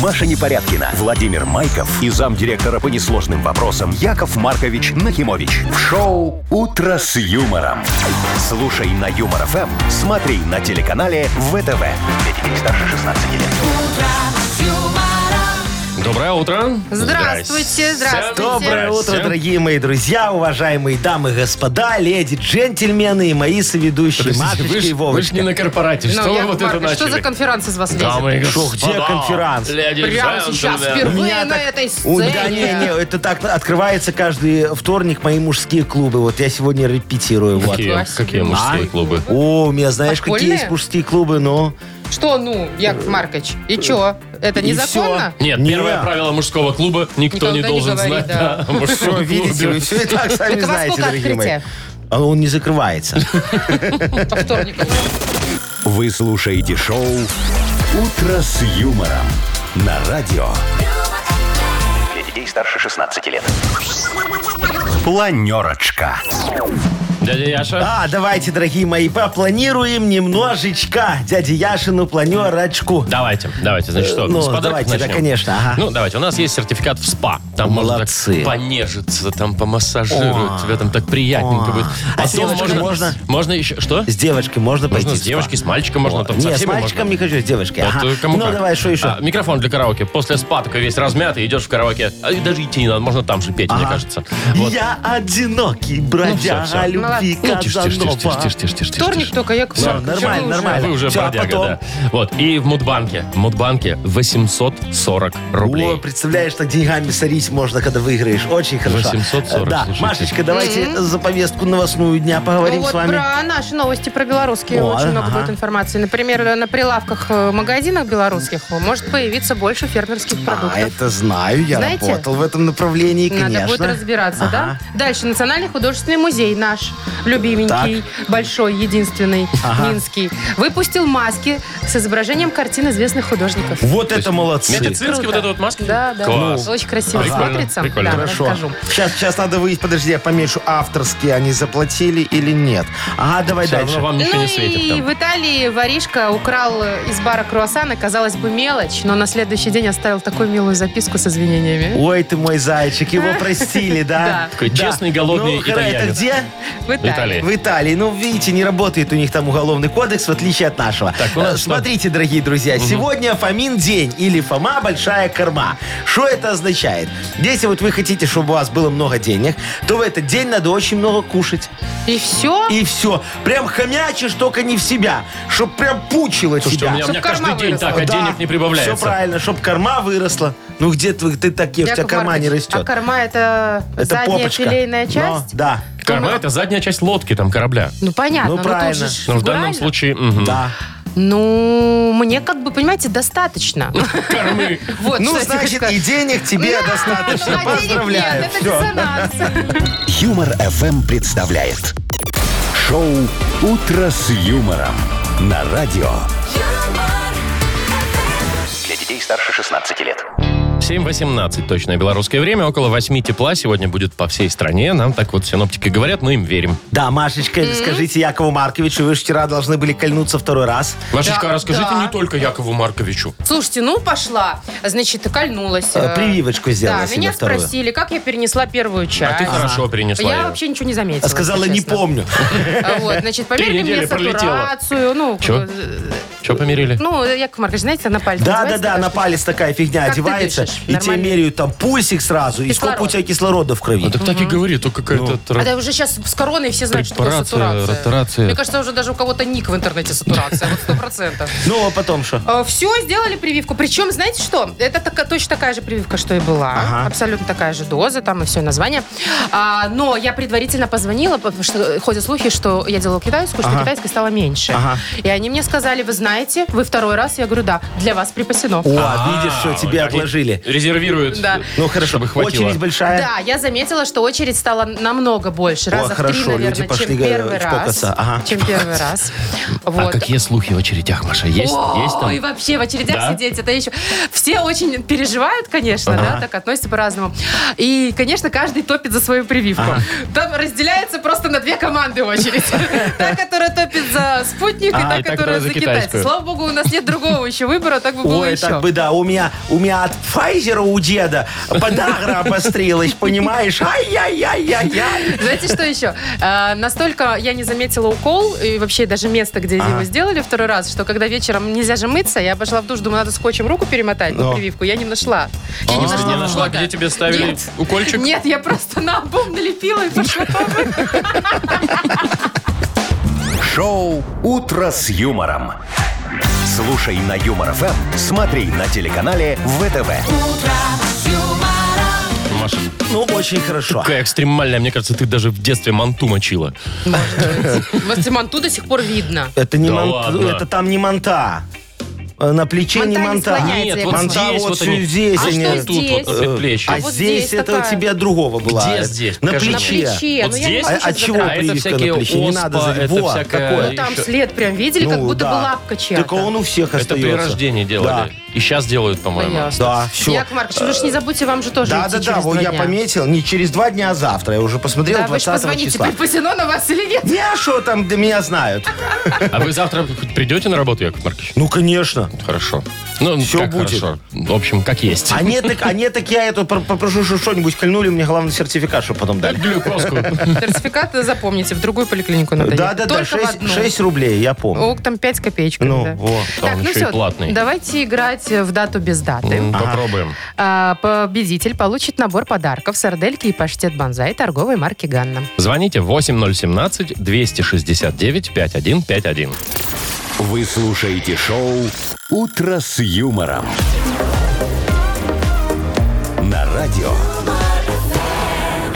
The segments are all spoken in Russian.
Маша Непорядкина, Владимир Майков и замдиректора по несложным вопросам Яков Маркович Нахимович. В шоу «Утро с юмором». Слушай на Юмор ФМ, смотри на телеканале ВТВ. Для детей старше 16 лет. Доброе утро. Здравствуйте, здравствуйте. Доброе утро, Здрасте. дорогие мои друзья, уважаемые дамы и господа, леди, джентльмены и мои соведущие Подождите, Машечка вы ж- Вы и же Вовочка. не на корпорате. Ну, Что вы Яков вот это Маркович, что за начали? конференц из вас лезет? Дамы и Шо, господа, где конференц? леди и Прямо сейчас, джентльмены. впервые Меня на так- этой У- сцене. Да не, не, это так открывается каждый вторник мои мужские клубы. Вот я сегодня репетирую. вот. Какие, Класс. какие мужские А? клубы? О, у меня знаешь, какие Подпольные? есть мужские клубы, но... Что, ну, Яков Маркович, и чё? Это И незаконно? Нет, Не. первое правило мужского клуба никто Никогда не не должен говори, знать. да. да, о мужском Все, клубе. ну, видите, вы все и так сами Так а во знаете, сколько дорогие мои. открытие? А Он не закрывается. По вторникам. Вы слушаете шоу «Утро с юмором» на радио. Для детей старше 16 лет. Планерочка. Дядя Яша. А, давайте, дорогие мои, попланируем немножечко дяде Яшину планерочку. Давайте, давайте, значит что, Ну, с подарков давайте, да, начнем? конечно, ага. Ну, давайте, у нас есть сертификат в СПА. Там Молодцы. можно так понежиться, там помассажируют, О. тебя там так приятненько О. будет. А с Потом девочкой можно? Можно еще, что? С девочкой можно пойти? Можно с в спа? девочкой, с мальчиком можно, Вот. там Не, со с всеми мальчиком можно. не хочу, с девочкой. Вот, Ага. э, кому ну, как. давай, что еще? А, микрофон для караоке. После спа такой весь размятый, идешь в караоке. А, и даже идти не надо, можно там же петь, мне Ага. кажется. Вот. Я одинокий бродяга всё, всё. любви Ну, тише, тише, тише, тише, Казанова. тише, тише, тише. Ну, Вторник только, Яков Да, Маркович. нормально, вы уже? нормально. Вы уже Всё, а бродяга, потом? да. Вот, и в Мудбанке. В Мудбанке 840 О, рублей. представляешь, так деньгами сорить можно, когда выиграешь. Очень хорошо. 840, Да, слушайте. Машечка, давайте за повестку новостную дня Ну поговорим вот с вами. А, про наши новости, про белорусские О, очень много ага. будет информации. Например, на прилавках э, магазинах белорусских может появиться больше фермерских продуктов. А, это знаю, я Знаете? работал в этом направлении, Надо конечно. будет разбираться, Ага. да? Дальше. Национальный художественный музей наш, любименький, большой, единственный, Ага. минский, выпустил маски с изображением картин известных художников. Вот это молодцы. Медицинский вот Круто. этот вот маски? Да, да. Класс. Очень красиво Прикольно, смотрится. прикольно. Да, Хорошо. расскажу. Сейчас, сейчас надо выяснить, подожди, я помешу, авторские они заплатили или нет. Ага, давай Все равно дальше. вам ничего ну не светит и там. в Италии воришка украл э, из бара круассана, казалось бы, мелочь, но на следующий день оставил такую милую записку с извинениями. Ой, ты мой зайчик, его простили, да? Да. Такой Да. честный, голодный Ну, хра- Это итальянец. где? В Италии. Италии. В Италии. Ну, видите, не работает у них там уголовный кодекс, в отличие от нашего. Так, у нас Э, что? Смотрите, дорогие друзья, сегодня Фомин день или Фома большая корма. Что это означает? Если вот вы хотите, чтобы у вас было много денег, то в этот день надо очень много кушать. И все? И все. Прям хомячишь, только не в себя. Чтоб прям пучило Слушайте, у тебя. меня, у меня Чтоб корма каждый день выросла. так, а денег не прибавляется. Все правильно, чтобы корма выросла. Ну где ты, ты так ешь, у тебя Яков корма не Маркович, растет. А корма это, Это задняя попочка. филейная Но, часть? да. Корма — это задняя часть лодки, там, корабля. Ну понятно, Ну, но тут правильно. же ж Но в данном фигурально. случае... мгм. Да. Ну, мне как бы, понимаете, достаточно. Кормы. Вот, ну, что я тебе значит, скажу. и денег тебе Да, ну, достаточно. а денег Поздравляю. Нет, это Всё. диссонанс. Юмор FM представляет шоу Утро с юмором на радио. Для детей старше 16 лет. 7.18 точное белорусское время. Около 8 тепла сегодня будет по всей стране. Нам так вот синоптики говорят, мы им верим. Да, Машечка, скажите Якову Марковичу, вы же вчера должны были кольнуться второй раз. Машечка, а Да, расскажите да. не только Якову Марковичу. Слушайте, ну пошла. Значит, и кольнулась. Э, прививочку сделала Да, себе меня вторую. спросили, как я перенесла первую А ты часть. хорошо перенесла Я его. вообще ничего не заметила. А сказала, если не честно. помню. А Вот, значит, померили недели мне пролетело. сатурацию. Ну, Чё? э, Что померили? ну, Яков Маркович, знаете, на палец Да, да, называется да, такая на штука? палец такая фигня Как ты одевается, дышишь? и тебе Нормально? меряют там пульсик сразу, и сколько у Кислород. тебя кислорода в крови. Ну, так так и говори, только какая-то... А тра- да, уже сейчас с короной все знают, что такое Препарация, сатурация. ротурация. Мне кажется, уже даже у кого-то ник в интернете сатурация. Вот сто процентов. Ну, а потом что? Все, Э, сделали прививку. Причем, знаете что? Это така- точно такая же прививка, что и была. Ага. Абсолютно такая же доза, там и все название. А, но я предварительно позвонила, потому что ходят слухи, что я делала китайскую, что Ага. китайской стало меньше. Ага. И они мне сказали, вы знаете, вы второй раз. Я говорю, да, для вас припасено. О, А, видишь, что тебе вот они отложили. Резервируют. Да. Ну, хорошо, Чтобы хватило. очередь большая. Да, я заметила, что очередь стала намного больше. Раза в хорошо, три, наверное, люди пошли, чем э, первый раз. чпокаться. Ага, Чем первый раз. А Вот. какие слухи в очередях, Маша? Есть, О, есть и там? вообще в очередях Да? сидеть, это еще... Все очень переживают, конечно, да, так относятся по-разному. И, конечно, каждый топит за свою прививку. Там разделяется просто на две команды очередь. Та, которая топит за спутник, и А, та, которая за китайскую. Слава богу, у нас нет другого еще выбора, так бы было Ой, еще. так бы да, у меня, у меня от Pfizer у деда подагра обострилась, понимаешь? Ай-яй-яй-яй-яй. Знаете, что еще? А, настолько я не заметила укол, и вообще даже место, где его сделали второй раз, что когда вечером нельзя же мыться, я пошла в душ, думаю, надо скотчем руку перемотать на Но. прививку. Я не нашла. Я В смысле, не нашла, укола. где тебе ставили Нет. укольчик? Нет, я просто на обум налепила и пошла помыть. Шоу «Утро с юмором». Слушай на Юмор ФМ, смотри на телеканале ВТВ. Маша, Ну, очень хорошо. какая экстремальная. Мне кажется, ты даже в детстве манту мочила. Вот Симонту до сих пор видно. Это не Да мон- ладно. это там не монта. Э, На плече Монта не не монта. склоняется, Нет, я вот понимаю. Монта здесь вот вот они. здесь. А они- что Вот тут вот Здесь. предплечье. А Вот здесь здесь это у такая. тебя другого была. Где э, здесь? На Покажи. На плече. плече. Вот ну, я не здесь? могу А- а сейчас чего? забрать. А это прививка всякие на плече, не надо оспа, залить. это Во, всякое такое. Ну, там еще. след прям видели, как Ну, будто да. бы лапка чья-то. Так он у Это всех при остается. рождении делали. И сейчас делают, Да, по-моему. Ну, ясно. Да, все. Яков Маркович, вы же не забудьте, вам же тоже Да, идти да, да, через вот два я дня. пометил. Не через два дня, а завтра. Я уже посмотрел Да, вы же 20 позвоните, числа. припасено на вас или нет. Не, а что там для меня знают? А вы завтра хоть придете на работу, Яков Маркович? Ну, конечно. Хорошо. Ну, Всё как будет. хорошо. В общем, как есть. А нет, так, а нет, так я эту пр- попрошу, чтобы что-нибудь кольнули, мне главное сертификат, чтобы потом дали. Глюкозку. Сертификат запомните, в другую поликлинику надо Да, ехать. да, да, Только в 6, одну. рублей, я помню. О, там 5 копеечек. Ну, да. вот, там так, ну еще и все, платный. давайте играть в дату без даты. М, Попробуем. А, победитель получит набор подарков сардельки и паштет банзай торговой марки Ганна. Звоните 8017-269-5151. Вы слушаете шоу «Утро с юмором». На радио.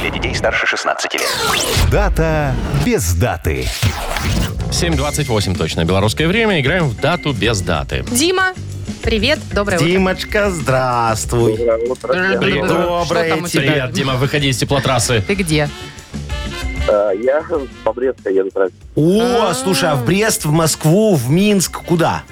Для детей старше 16 лет. Дата без даты. 7.28 точно белорусское время. Играем в дату без даты. Дима, привет, доброе Димочка, здравствуй. утро. Привет. Что Доброе там у тебя? тебе. Привет, Дима, выходи из теплотрассы. Ты где? Я по Бресту еду трафик. О, слушай, а в Брест, в Москву, в Минск, куда?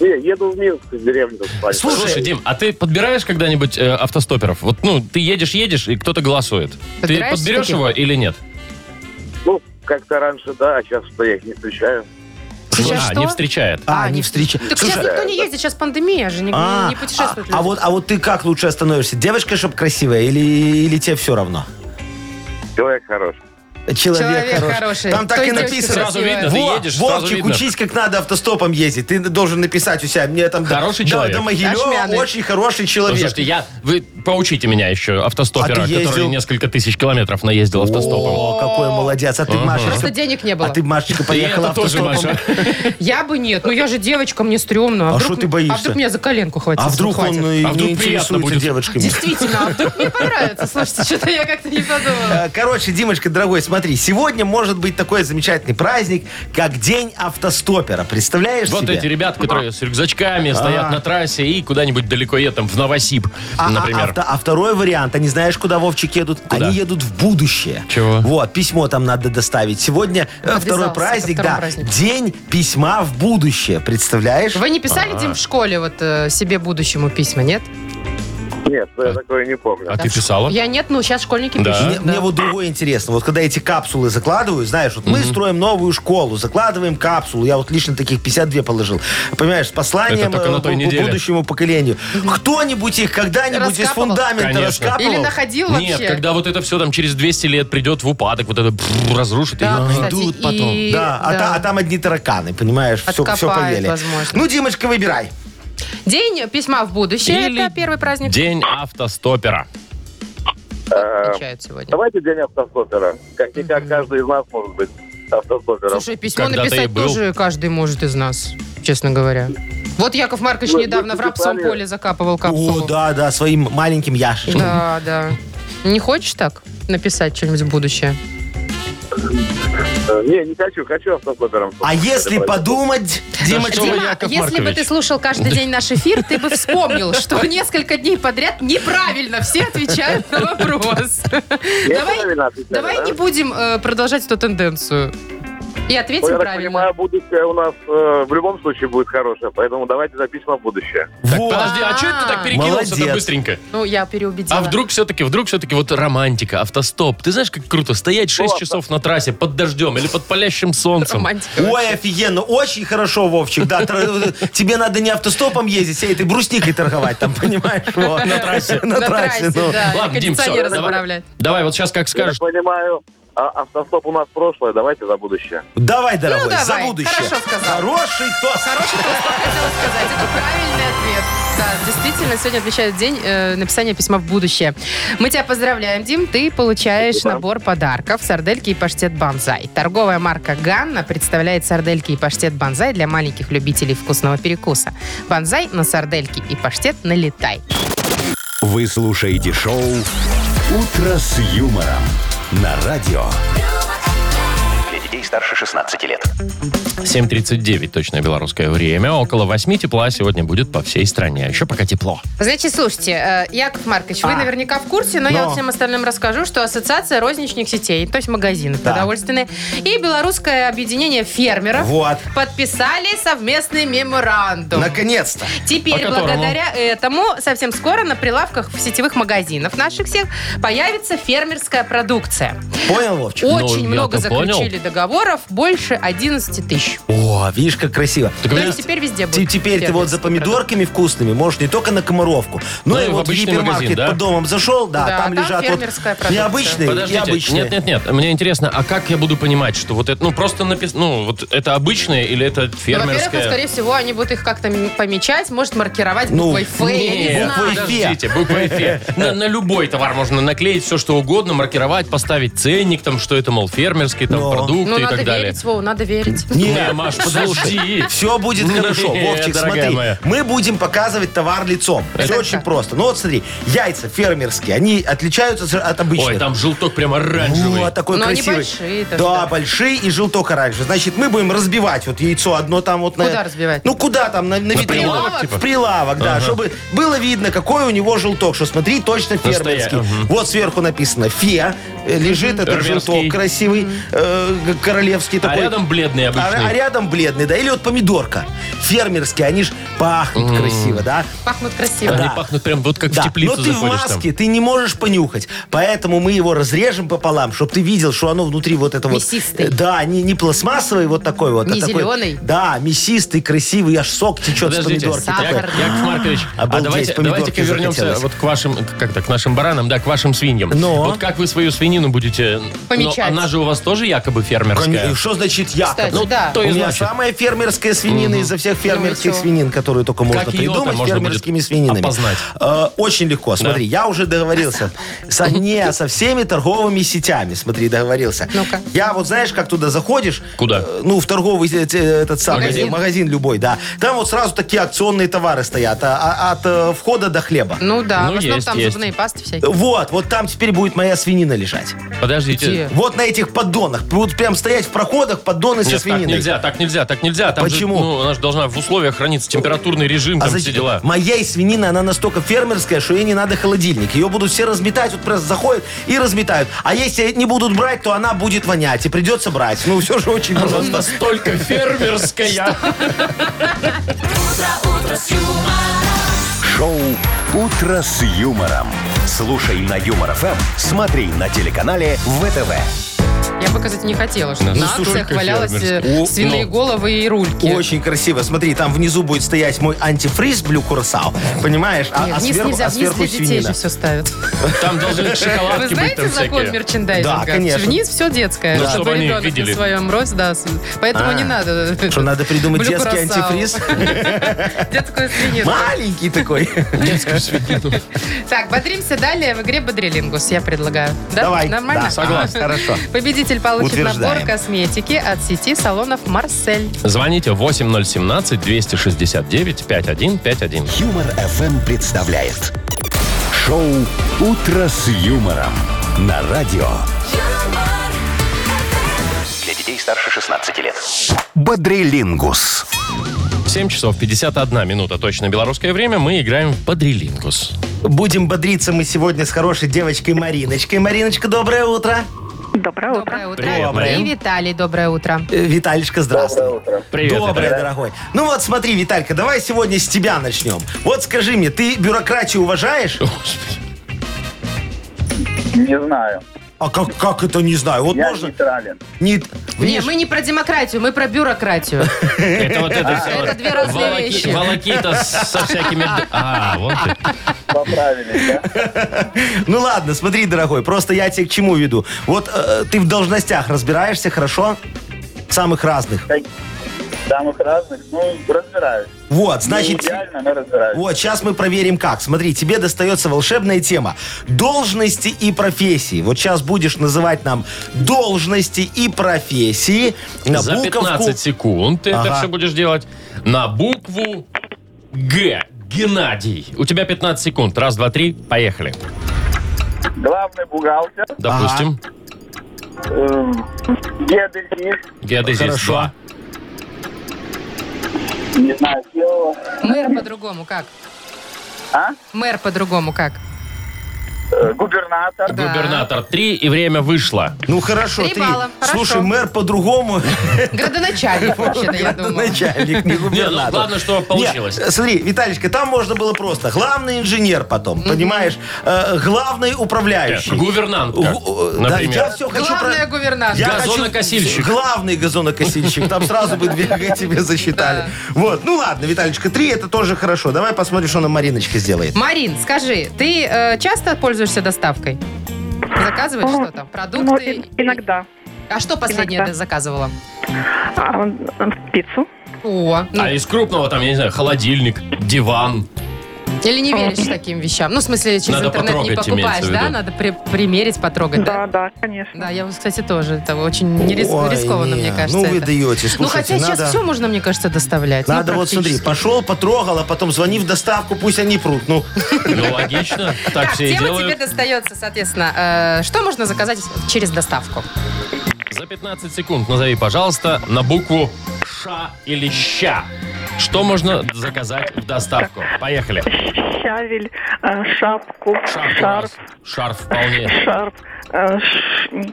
Не, еду в Минск из деревни. Слушай, Слушай, Слушай, Дим, а ты подбираешь когда-нибудь э, автостоперов? Вот, ну, ты едешь-едешь, и кто-то голосует. Подбираешь ты подберешь таких? его или нет? Ну, как-то раньше, да, а сейчас что, я их не встречаю. Сейчас а, что? не встречает. А, не встреча. Так сейчас никто не ездит, сейчас пандемия же, не, э, а, не путешествуют а, а люди. вот, а вот ты как лучше остановишься? Девочка, чтоб красивая, или, или тебе все равно? Человек хороший. Человек, Человек хороший. Там так Той и девочке написано. Сразу видно, ты Во, едешь, сразу Вовчик, видно. учись, как надо автостопом ездить. Ты должен написать у себя. Мне там до- Хороший до- человек. До Могилева Ашмяны. очень хороший человек. Слушайте, я, вы поучите меня еще, автостопера, А ты ездил? который несколько тысяч километров наездил автостопом. О, какой молодец. А ты, Просто Машечка, денег не было. а ты, Машечка, И поехала это тоже, автостопом. Маша. Я бы нет, ну я же девочка, мне стрёмно. А вдруг что ты м- А боишься? вдруг меня за коленку хватит? А вдруг он хватит? э, А вдруг не приятно интересуется будет? девочками? Действительно, а вдруг мне понравится? Слушайте, что-то я как-то не подумала. Э, Короче, Димочка, дорогой, смотри, сегодня может быть такой замечательный праздник, как День автостопера. Представляешь Вот себе? А. эти ребята, которые с рюкзачками стоят на трассе и куда-нибудь далеко едут, там, в Новосиб, А, а- например. авто- А, второй вариант, они знаешь, куда Вовчик едут? Они едут в будущее. Чего? Вот, письмо там надо доставить. Сегодня э, Подвязался второй ко праздник, второму да, празднику. день письма в будущее, представляешь? Вы не писали, Дим, А. в школе вот э, себе будущему письма, нет? Нет, я такое не помню. А ты писала? Я нет, ну сейчас школьники Да. Мне, пишут. мне вот другое интересно. Вот когда эти капсулы закладываю, знаешь, вот мы строим новую школу, закладываем капсулу. Я вот лично таких 52 положил. Понимаешь, с посланием Это только на э, той бу- бу- неделе. будущему поколению. Кто-нибудь их когда-нибудь из Раскапывал? фундамента Конечно. раскапывал? Или находил Нет, вообще? когда вот это все там через 200 лет придет в упадок, вот это бррр, разрушит. Да, и- кстати, Идут и- потом. Да, а, та- а там одни тараканы, понимаешь, все, все Откопают, поели. возможно. Ну, Димочка, выбирай. День письма в будущее, Или это первый праздник. День автостопера. Отмечают сегодня. Давайте день автостопера. Как-никак каждый из нас может быть автостопером. Слушай, письмо Когда-то и написать был. тоже каждый может из нас, честно говоря. Вот Яков Маркович Ну, недавно в если рапсовом писали- поле закапывал О, капсулу. да, да, своим маленьким Яшечком. Да, да. Не хочешь так написать что-нибудь в будущее? Э, Не, не хочу, хочу автостопером. А если подумать, Димочка, Что вы, Дима, Яков если бы Маркович? ты слушал каждый день наш эфир, ты бы вспомнил, что несколько дней подряд неправильно все отвечают на вопрос. Давай, правильно отвечаю, давай да? не будем э, продолжать эту тенденцию. И Ну, ответим я так правильно. понимаю, будущее у нас э, в любом случае будет хорошее, поэтому давайте запишем на будущее. Так, Вот. подожди, а что это ты так перекинулся-то Молодец. быстренько? Ну, я переубедила. А вдруг все-таки, вдруг все-таки вот романтика, автостоп. Ты знаешь, как круто стоять 6 авто- часов на трассе под дождем или под палящим солнцем. Романтика. Ой, офигенно, очень хорошо, Вовчик, да, тр- тебе надо не автостопом ездить, а этой брусникой торговать там, понимаешь? На трассе. На трассе, ну. да. и Ладно, Дим, всё, кондиционеры давай. заправлять. Давай, вот сейчас как Я скажешь. так понимаю, а, автостоп у нас прошлое, давайте за будущее. Давай, дорогой, Ну, давай, за будущее. хорошо сказал. Хороший тост. Хороший тост, я хотела сказать. Это правильный ответ. Да, действительно, сегодня отмечают день э, написания письма в будущее. Мы тебя поздравляем, Дим. Ты получаешь Спасибо. набор подарков сардельки и паштет банзай. Торговая марка «Ганна» представляет сардельки и паштет банзай для маленьких любителей вкусного перекуса. Банзай на сардельки и паштет налетай. Вы слушаете шоу «Утро с юмором» на радио. Для детей старше 16 лет. 7.39, точное белорусское время. Около 8 тепла сегодня будет по всей стране. А Еще пока тепло. Значит, слушайте, э, Яков Маркович, вы А. наверняка в курсе, но, я Но. всем остальным расскажу, что Ассоциация розничных сетей, то есть магазины Да. продовольственные, и Белорусское объединение фермеров Вот. подписали совместный меморандум. Наконец-то. По Теперь, которому? благодаря этому, совсем скоро на прилавках в сетевых магазинов наших всех появится фермерская продукция. Понял, Вовчик? Очень я-то много понял. заключили договоров, больше 11 тысяч. О, видишь, как красиво. Так у То меня- есть теперь везде Те- будет. Теперь ты вот за фермерская помидорками вкусными можешь не только на Комаровку, но Ну и и в вот в обычный магазин, гипермаркет да? под домом зашел, да, Да, там там лежат фермерская вот продукция. необычные и Подождите, обычные. нет, нет, нет. Мне интересно, а как я буду понимать, что вот это, ну просто написано, ну вот это обычное или это Ну, во-первых, фермерское? скорее всего, они будут их как-то м- помечать, может, маркировать Ну, буквой Ф, я не Нет, знаю. буквой Ф. подождите, буквой «Фе». На, на любой товар можно наклеить все, что угодно, маркировать, поставить ценник, там, что это, мол, фермерский, там, Но. продукты Ну, и так надо далее. верить, Вова, надо верить. Не, Маш, подожди. Все будет Не, хорошо. Вовчик, дорогая смотри. моя. Мы будем показывать товар лицом. Все Это очень как? просто. Ну вот смотри, яйца фермерские, они отличаются с- от обычных. Ой, там желток прям оранжевый. А Вот, такой Но они красивый. большие да, тоже, да. большие и желток оранжевый. Значит, мы будем разбивать вот яйцо одно там вот на... Куда разбивать? Ну, куда там, на, на витрину. прилавок, типа? В прилавок, да, чтобы было видно, какой у него желток, что смотри, точно фермерский. Настоя- Мгм. Вот сверху написано «Фе», э, лежит этот Фермерский. желток красивый, э, г- королевский А такой. рядом бледный А, а обычный. рядом бледный, да, или вот помидорка. Фермерские, они ж пахнут красиво, да? Пахнут красиво. Они да. пахнут прям вот как в Да, но теплицу ты в заходишь там. маске, ты не можешь понюхать. Поэтому мы его разрежем пополам, чтобы ты видел, что оно внутри вот это вот... Мясистый. Э, Да, не, не пластмассовый вот такой вот. Не а такой- зеленый? Да, мясистый, красивый, аж сок течет с Подождите, помидорки. Сахар. такой. Як- Яков Маркович, а Обалдеть, давайте, помидорки давайте-ка вернемся захотелось. вот к вашим, как так, к нашим баранам, да, к вашим свиньям. Но. Вот как вы свою свинину будете... Помечать. Но она же у вас тоже якобы фермерская. Кон- Что значит Ну, якобы? Кстати, да. то У и меня значит. самая фермерская свинина изо всех Ну фермерских и чё? свинин, которые только можно Как её-то придумать, можно фермерскими будет свининами. опознать? Э, очень легко. Смотри, я уже договорился. Со, не, со всеми торговыми сетями, смотри, договорился. Ну-ка. Я вот знаешь, как туда заходишь? Куда? Э, ну, в торговый э, те- этот самый Магазин. магазин. любой, да. Там вот сразу такие акционные товары стоят. а- а- от э, входа до хлеба. Ну да, Ну, в основном есть, там есть. зубные пасты всякие. Вот, вот там теперь будет моя свинина лежать. Подождите. Где? Вот на этих поддонах. Будут прям стоять в проходах поддоны со Нет, так свининой. нельзя, так нельзя, так нельзя. Там же, Почему? А ну, она же должна в условиях храниться температурный режим, там все зачем? дела. Моя и свинина, она настолько фермерская, что ей не надо холодильник. Ее будут все разметать, вот просто заходят и разметают. А если не будут брать, то она будет вонять, и придется брать. Ну, все же очень Она просто. настолько фермерская. Шоу «Утро с юмором». Слушай на Юмор ФМ, смотри на телеканале ВТВ. Я показать не хотела, что Ну, на слушай, акциях какая валялось э, фермерская. О, свиные ну. головы и рульки. Очень красиво. Смотри, там внизу будет стоять мой антифриз Блю Курсал. Понимаешь? А, Нет, а вниз сверху, нельзя, а вниз сверху для детей свинина. же все ставят. Там должны шоколадки Вы быть там знаете закон всякие. мерчендайзинга? Да, конечно. Вниз все детское, Ну, чтобы, чтобы они ребенок видели. на своем росте, да. с- Поэтому А, не надо. Что надо придумать Блю детский курасау. антифриз? Детскую свинину. Маленький такой. Детскую свинину. Так, бодримся далее в игре «Бодрилингус», я предлагаю. Да? Давай. Нормально? Да, согласен. Хорошо. Победитель получит набор Утверждаем. косметики от сети салонов «Марсель». Звоните 8017-269-5151. Юмор ФМ представляет. Шоу «Утро с юмором» на радио. юмор, Для детей старше 16 лет. Бодрилингус. 7 часов 51 минута точно белорусское время. Мы играем в Бодрилингус. Будем бодриться мы сегодня с хорошей девочкой Мариночкой. Мариночка, доброе утро. Доброе утро. Доброе утро. Привет. И Виталий, доброе утро. Э, Виталичка, здравствуй. Доброе утро. Привет, Доброе, Виталий. дорогой. Ну вот смотри, Виталька, давай сегодня с тебя начнем. Вот скажи мне, ты бюрократию уважаешь? Господи. Не знаю. А как, как это, не знаю, вот Я можно... нейтрален. Не... Не, мы не про демократию, мы про бюрократию. Это вот это все. А, это две разные волоки- вещи. Волокита с- со всякими... д- А, вот ты. Поправились, да? Ну ладно, смотри, дорогой, просто я тебе к чему веду. Вот э, ты в должностях разбираешься, хорошо? Самых разных. Как- Самых разных, ну, разбираюсь. Вот, Не значит... идеально, но разбираюсь. Вот, сейчас мы проверим как. Смотри, тебе достается волшебная тема. Должности и профессии. Вот сейчас будешь называть нам должности и профессии на За буковку 15 секунд ты это Ага. все будешь делать. На букву Г. Геннадий. У тебя 15 секунд. Раз, два, три. Поехали. Главный бухгалтер, Допустим. эм, геодезист, Геодезист Хорошо. 2. не знаю, геолог, Мэр по-другому как? А? Мэр по-другому как? э, губернатор. Да. Губернатор 3. И время вышло. Ну хорошо, Три три. балла, хорошо. Слушай, мэр по-другому. Градоначальник вообще-то, я думала. Начальник, не Не, ну, губернатор. главное, что получилось. Не, смотри, Виталичка, там можно было просто. Главный инженер потом, понимаешь? Э, главный управляющий. Гувернантка, Гу- э, да, я Э, например. все хочу про- Главное Я гувернатор. хочу- Газонокосильщик. Главный газонокосильщик. Там сразу бы две Г тебе засчитали. Да. Вот. Ну ладно, Виталичка, три это тоже хорошо. Давай посмотрим, что нам Мариночка сделает. Марин, скажи, ты э, часто пользуешься доставкой? Заказываешь О, что-то? Ну, Продукты? и- иногда. А что последнее иногда. ты заказывала? А, э, пиццу. О, ну, А из крупного там, я не знаю, холодильник, диван. или не веришь таким вещам? Ну, в смысле, через Надо интернет не потрогать, покупаешь, имеется в да? виду. Надо при- примерить, потрогать, Да, да? да, конечно. Да, я, вот, кстати, тоже. Это очень не рис- Ой, рискованно, не, мне кажется. Ну вы это. даете, ну, слушайте, хотя сейчас надо- все можно, мне кажется, доставлять. Ну, Надо вот, смотри, практически. пошел, потрогал, а потом звони в доставку, пусть они прут. Ну, Ну, логично. Так все и тема тебе делают. достается, соответственно. э, что можно заказать через доставку? За 15 секунд назови, пожалуйста, на букву Ш или Ща. Что можно заказать в доставку? Поехали. Щавель, э, шапку, Шарф. у шарф, нас. Шарф вполне. шарф, э, ш-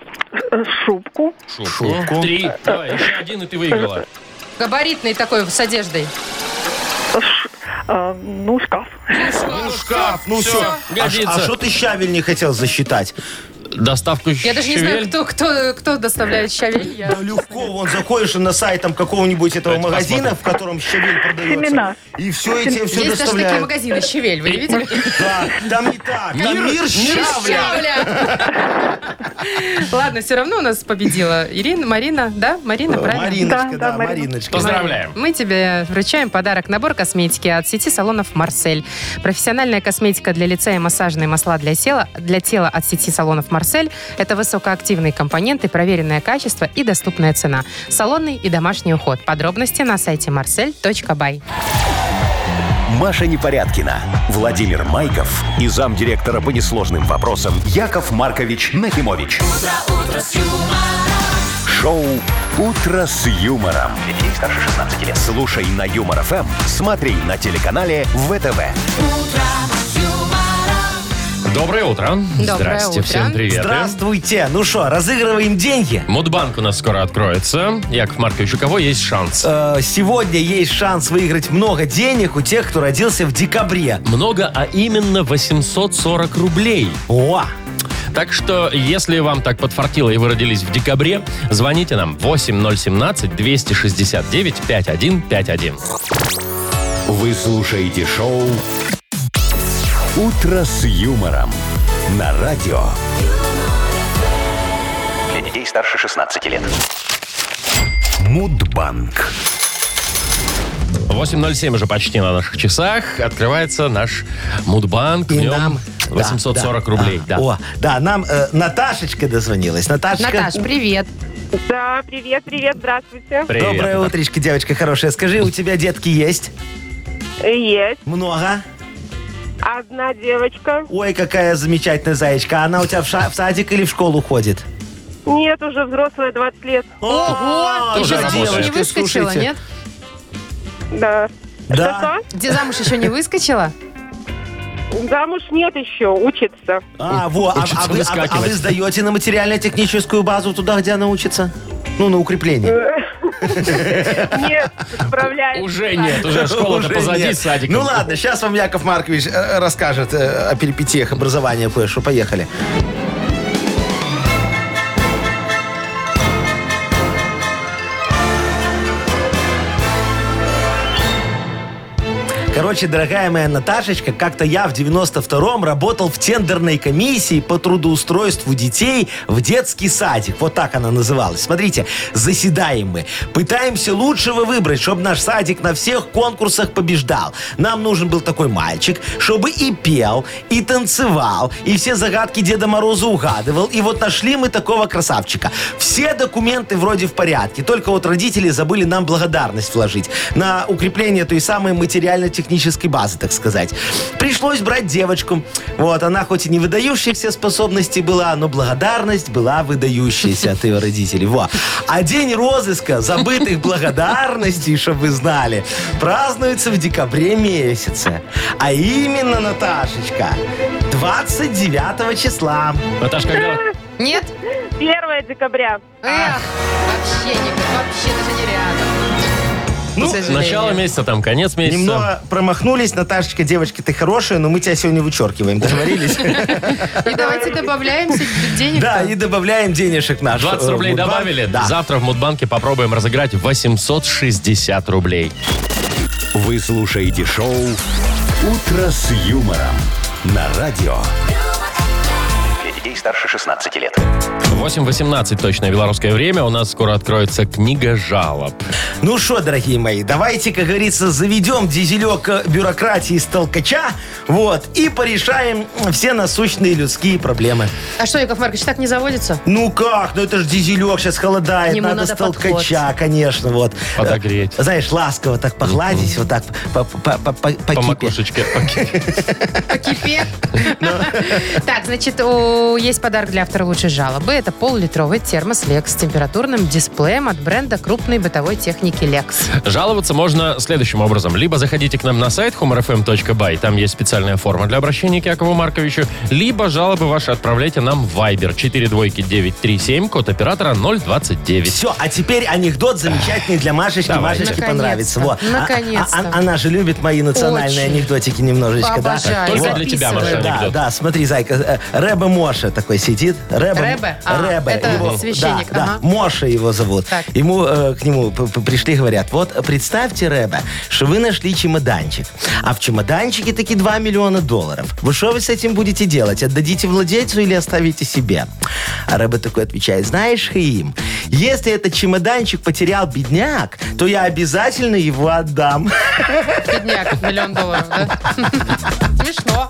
э, шубку, Шубку. Шубку. Три. Давай, еще один, и ты выиграла. Габаритный такой, с одеждой. ш- э, ну, шкаф. ну шкаф, ну всё, все. А ш- годится. А что ты щавель не хотел засчитать? Доставку Я даже не знаю, щавель. кто, кто, кто доставляет щавель. Я... Да легко, вон заходишь на сайт там какого-нибудь этого Давайте магазина, в котором щавель продается. Семена. И все, и тебе все Есть даже такие доставляют. магазины щавель, вы не видели? Да, там не так. Там мир, щавля. Щавля. Ладно, все равно у нас победила Ирина, Марина, да? Марина, правильно? Мариночка, Да, да, да, Мариночка. Поздравляем. Мы тебе вручаем подарок набор косметики от сети салонов «Марсель». Профессиональная косметика для лица и массажные масла для тела, для тела от сети салонов «Марсель» – это высокоактивные компоненты, проверенное качество и доступная цена. Салонный и домашний уход. Подробности на сайте marsel.by. Маша Непорядкина, Владимир Майков и замдиректора по несложным вопросам Яков Маркович Нахимович. Шоу Утро с юмором. Детей старше 16 лет. Слушай на юмор ФМ, смотри на телеканале ВТВ. Доброе утро. Здрасте, утро. всем привет. Здравствуйте. Ну что, разыгрываем деньги? Модбанк у нас скоро откроется. Яков Маркович, у кого есть шанс? Э, Сегодня есть шанс выиграть много денег у тех, кто родился в декабре. Много, а именно 840 рублей. О, Так что, если вам так подфартило и вы родились в декабре, звоните нам 8017-269-5151. Вы слушаете шоу Утро с юмором на радио. Для детей старше 16 лет. Мудбанк. 8.07 уже почти на наших часах. Открывается наш Мудбанк. В и нем нам... да, 840 да, рублей. да. да. О, да, нам э, Наташечка дозвонилась. Наташечка, Наташ, привет. Да, привет, привет, здравствуйте. Привет. доброе утречко, девочка хорошая. Скажи, у тебя детки есть? Есть Много? одна девочка. Ой, какая замечательная зайчка. А Она у тебя в, ша- в садик или в школу ходит? Нет, уже взрослая, 20 лет. О, Тоже Еще да, замуж не работает. девочка, выскочила, слушайте. нет? Да. Да. Что-что? Где замуж еще не выскочила? Замуж нет еще, учится. А, во, а, Учится а вы, а, а выскакивать. вы сдаете на материально-техническую базу туда, где она учится? Ну, на укрепление. Нет, справляется. Уже нет, уже школа-то Уже позади нет. с садиком. Ну ладно, сейчас вам Яков Маркович э, расскажет э, о перипетиях образования кое-что. Поехали. Короче, дорогая моя Наташечка, как-то я в 92-м работал в тендерной комиссии по трудоустройству детей в детский садик. Вот так она называлась. Смотрите, заседаем мы. Пытаемся лучшего выбрать, чтобы наш садик на всех конкурсах побеждал. Нам нужен был такой мальчик, чтобы и пел, и танцевал, и все загадки Деда Мороза угадывал. И вот нашли мы такого красавчика. Все документы вроде в порядке, только вот родители забыли нам благодарность вложить на укрепление той самой материально-технической базы, так сказать. Пришлось брать девочку. Вот, она хоть и не выдающихся способностей была, но благодарность была выдающаяся от ее родителей. Во. А день розыска забытых благодарностей, чтобы вы знали, празднуется в декабре месяце. А именно, Наташечка, 29 числа. Наташ, когда... Нет? 1 декабря. Эх, вообще никак, вообще даже не рядом. Ну, К сожалению. начало месяца, там, конец месяца. Немного промахнулись. Наташечка, девочки, ты хорошая, но мы тебя сегодня вычеркиваем. Договорились? И давайте добавляем себе денег. Да, и добавляем денежек наш. 20 э, рублей Мудбанк. добавили. Да. Завтра в Мудбанке попробуем разыграть 860 рублей. Вы слушаете шоу «Утро с юмором» на радио. Для детей старше 16 лет. 8.18 точное белорусское время. У нас скоро откроется книга жалоб. Ну что, дорогие мои, давайте, как говорится, заведем дизелек э, бюрократии с толкача, вот, и порешаем все насущные людские проблемы. А что, Яков Маркович, так не заводится? Ну как? Ну это же дизелек сейчас холодает, Ему надо, надо с толкача, конечно, вот. Подогреть. Э, Знаешь, ласково так погладить, вот так по, по, по, по, по По кипе. макушечке. Окей. По кипе. Так, значит, у- есть подарок для автора лучшей жалобы. Это полулитровый термос Lex с температурным дисплеем от бренда крупной бытовой техники Lex. Жаловаться можно следующим образом. Либо заходите к нам на сайт humorfm.by, там есть специальная форма для обращения к Якову Марковичу, либо жалобы ваши отправляйте нам в Viber 42937, код оператора 029. Все, а теперь анекдот замечательный для Машечки. Давайте. Машечке Наконец-то. понравится. Во. А- Наконец-то. а- а- она же любит мои национальные Очень. анекдотики немножечко, да? Обожаю. Только Записываю. для тебя, Маша, Да, анекдот. да, смотри, Зайка, э, Рэбе Моша такой сидит. Рэбе, Рэбе? А, это его- священник, да, ага. да, Моша его зовут. Так. Ему, э, к нему п- п- пришли, говорят, вот представьте, Рэбе, что вы нашли чемоданчик, а в чемоданчике таки 2 миллиона долларов. Вы что вы с этим будете делать? Отдадите владельцу или оставите себе? А Рэбе такой отвечает, знаешь, Хаим, если этот чемоданчик потерял бедняк, то я обязательно его отдам. Бедняк, миллион долларов, да? Смешно.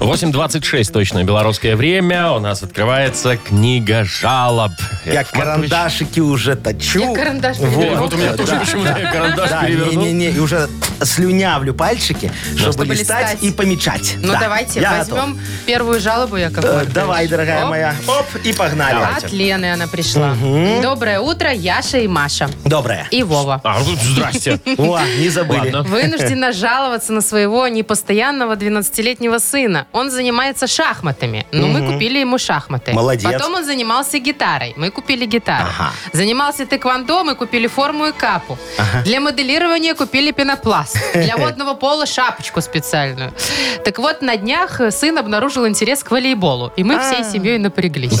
8.26 точно белорусское время. У нас открывается книга жалоб. Я Яков Маркович. карандашики уже точу. Я карандаш Э, Вот у меня тоже почему-то я карандаш Да, перевернул. не-не-не, и уже слюнявлю пальчики, чтобы, Ну, Чтобы листать, листать. и помечать. Ну, Да, давайте я возьмем первую жалобу, Яков готов. Э, Маркович. Давай, дорогая Оп. моя. Оп, и погнали. От Лены она пришла. Доброе утро, Яша и Маша. Доброе. И Вова. А, ну, здрасте. О, не забыли. Ладно. Вынуждена жаловаться на своего непостоянного 12-летнего сына. Он занимается шахматами, но мы купили ему шахматы. Молодец. Потом он занимался гитарой, мы купили гитару. Ага. Занимался тэквондо, мы купили форму и капу. Для моделирования купили пенопласт. Для водного пола шапочку специальную. Так вот, на днях э, сын обнаружил интерес к волейболу, и мы А. всей семьей напряглись.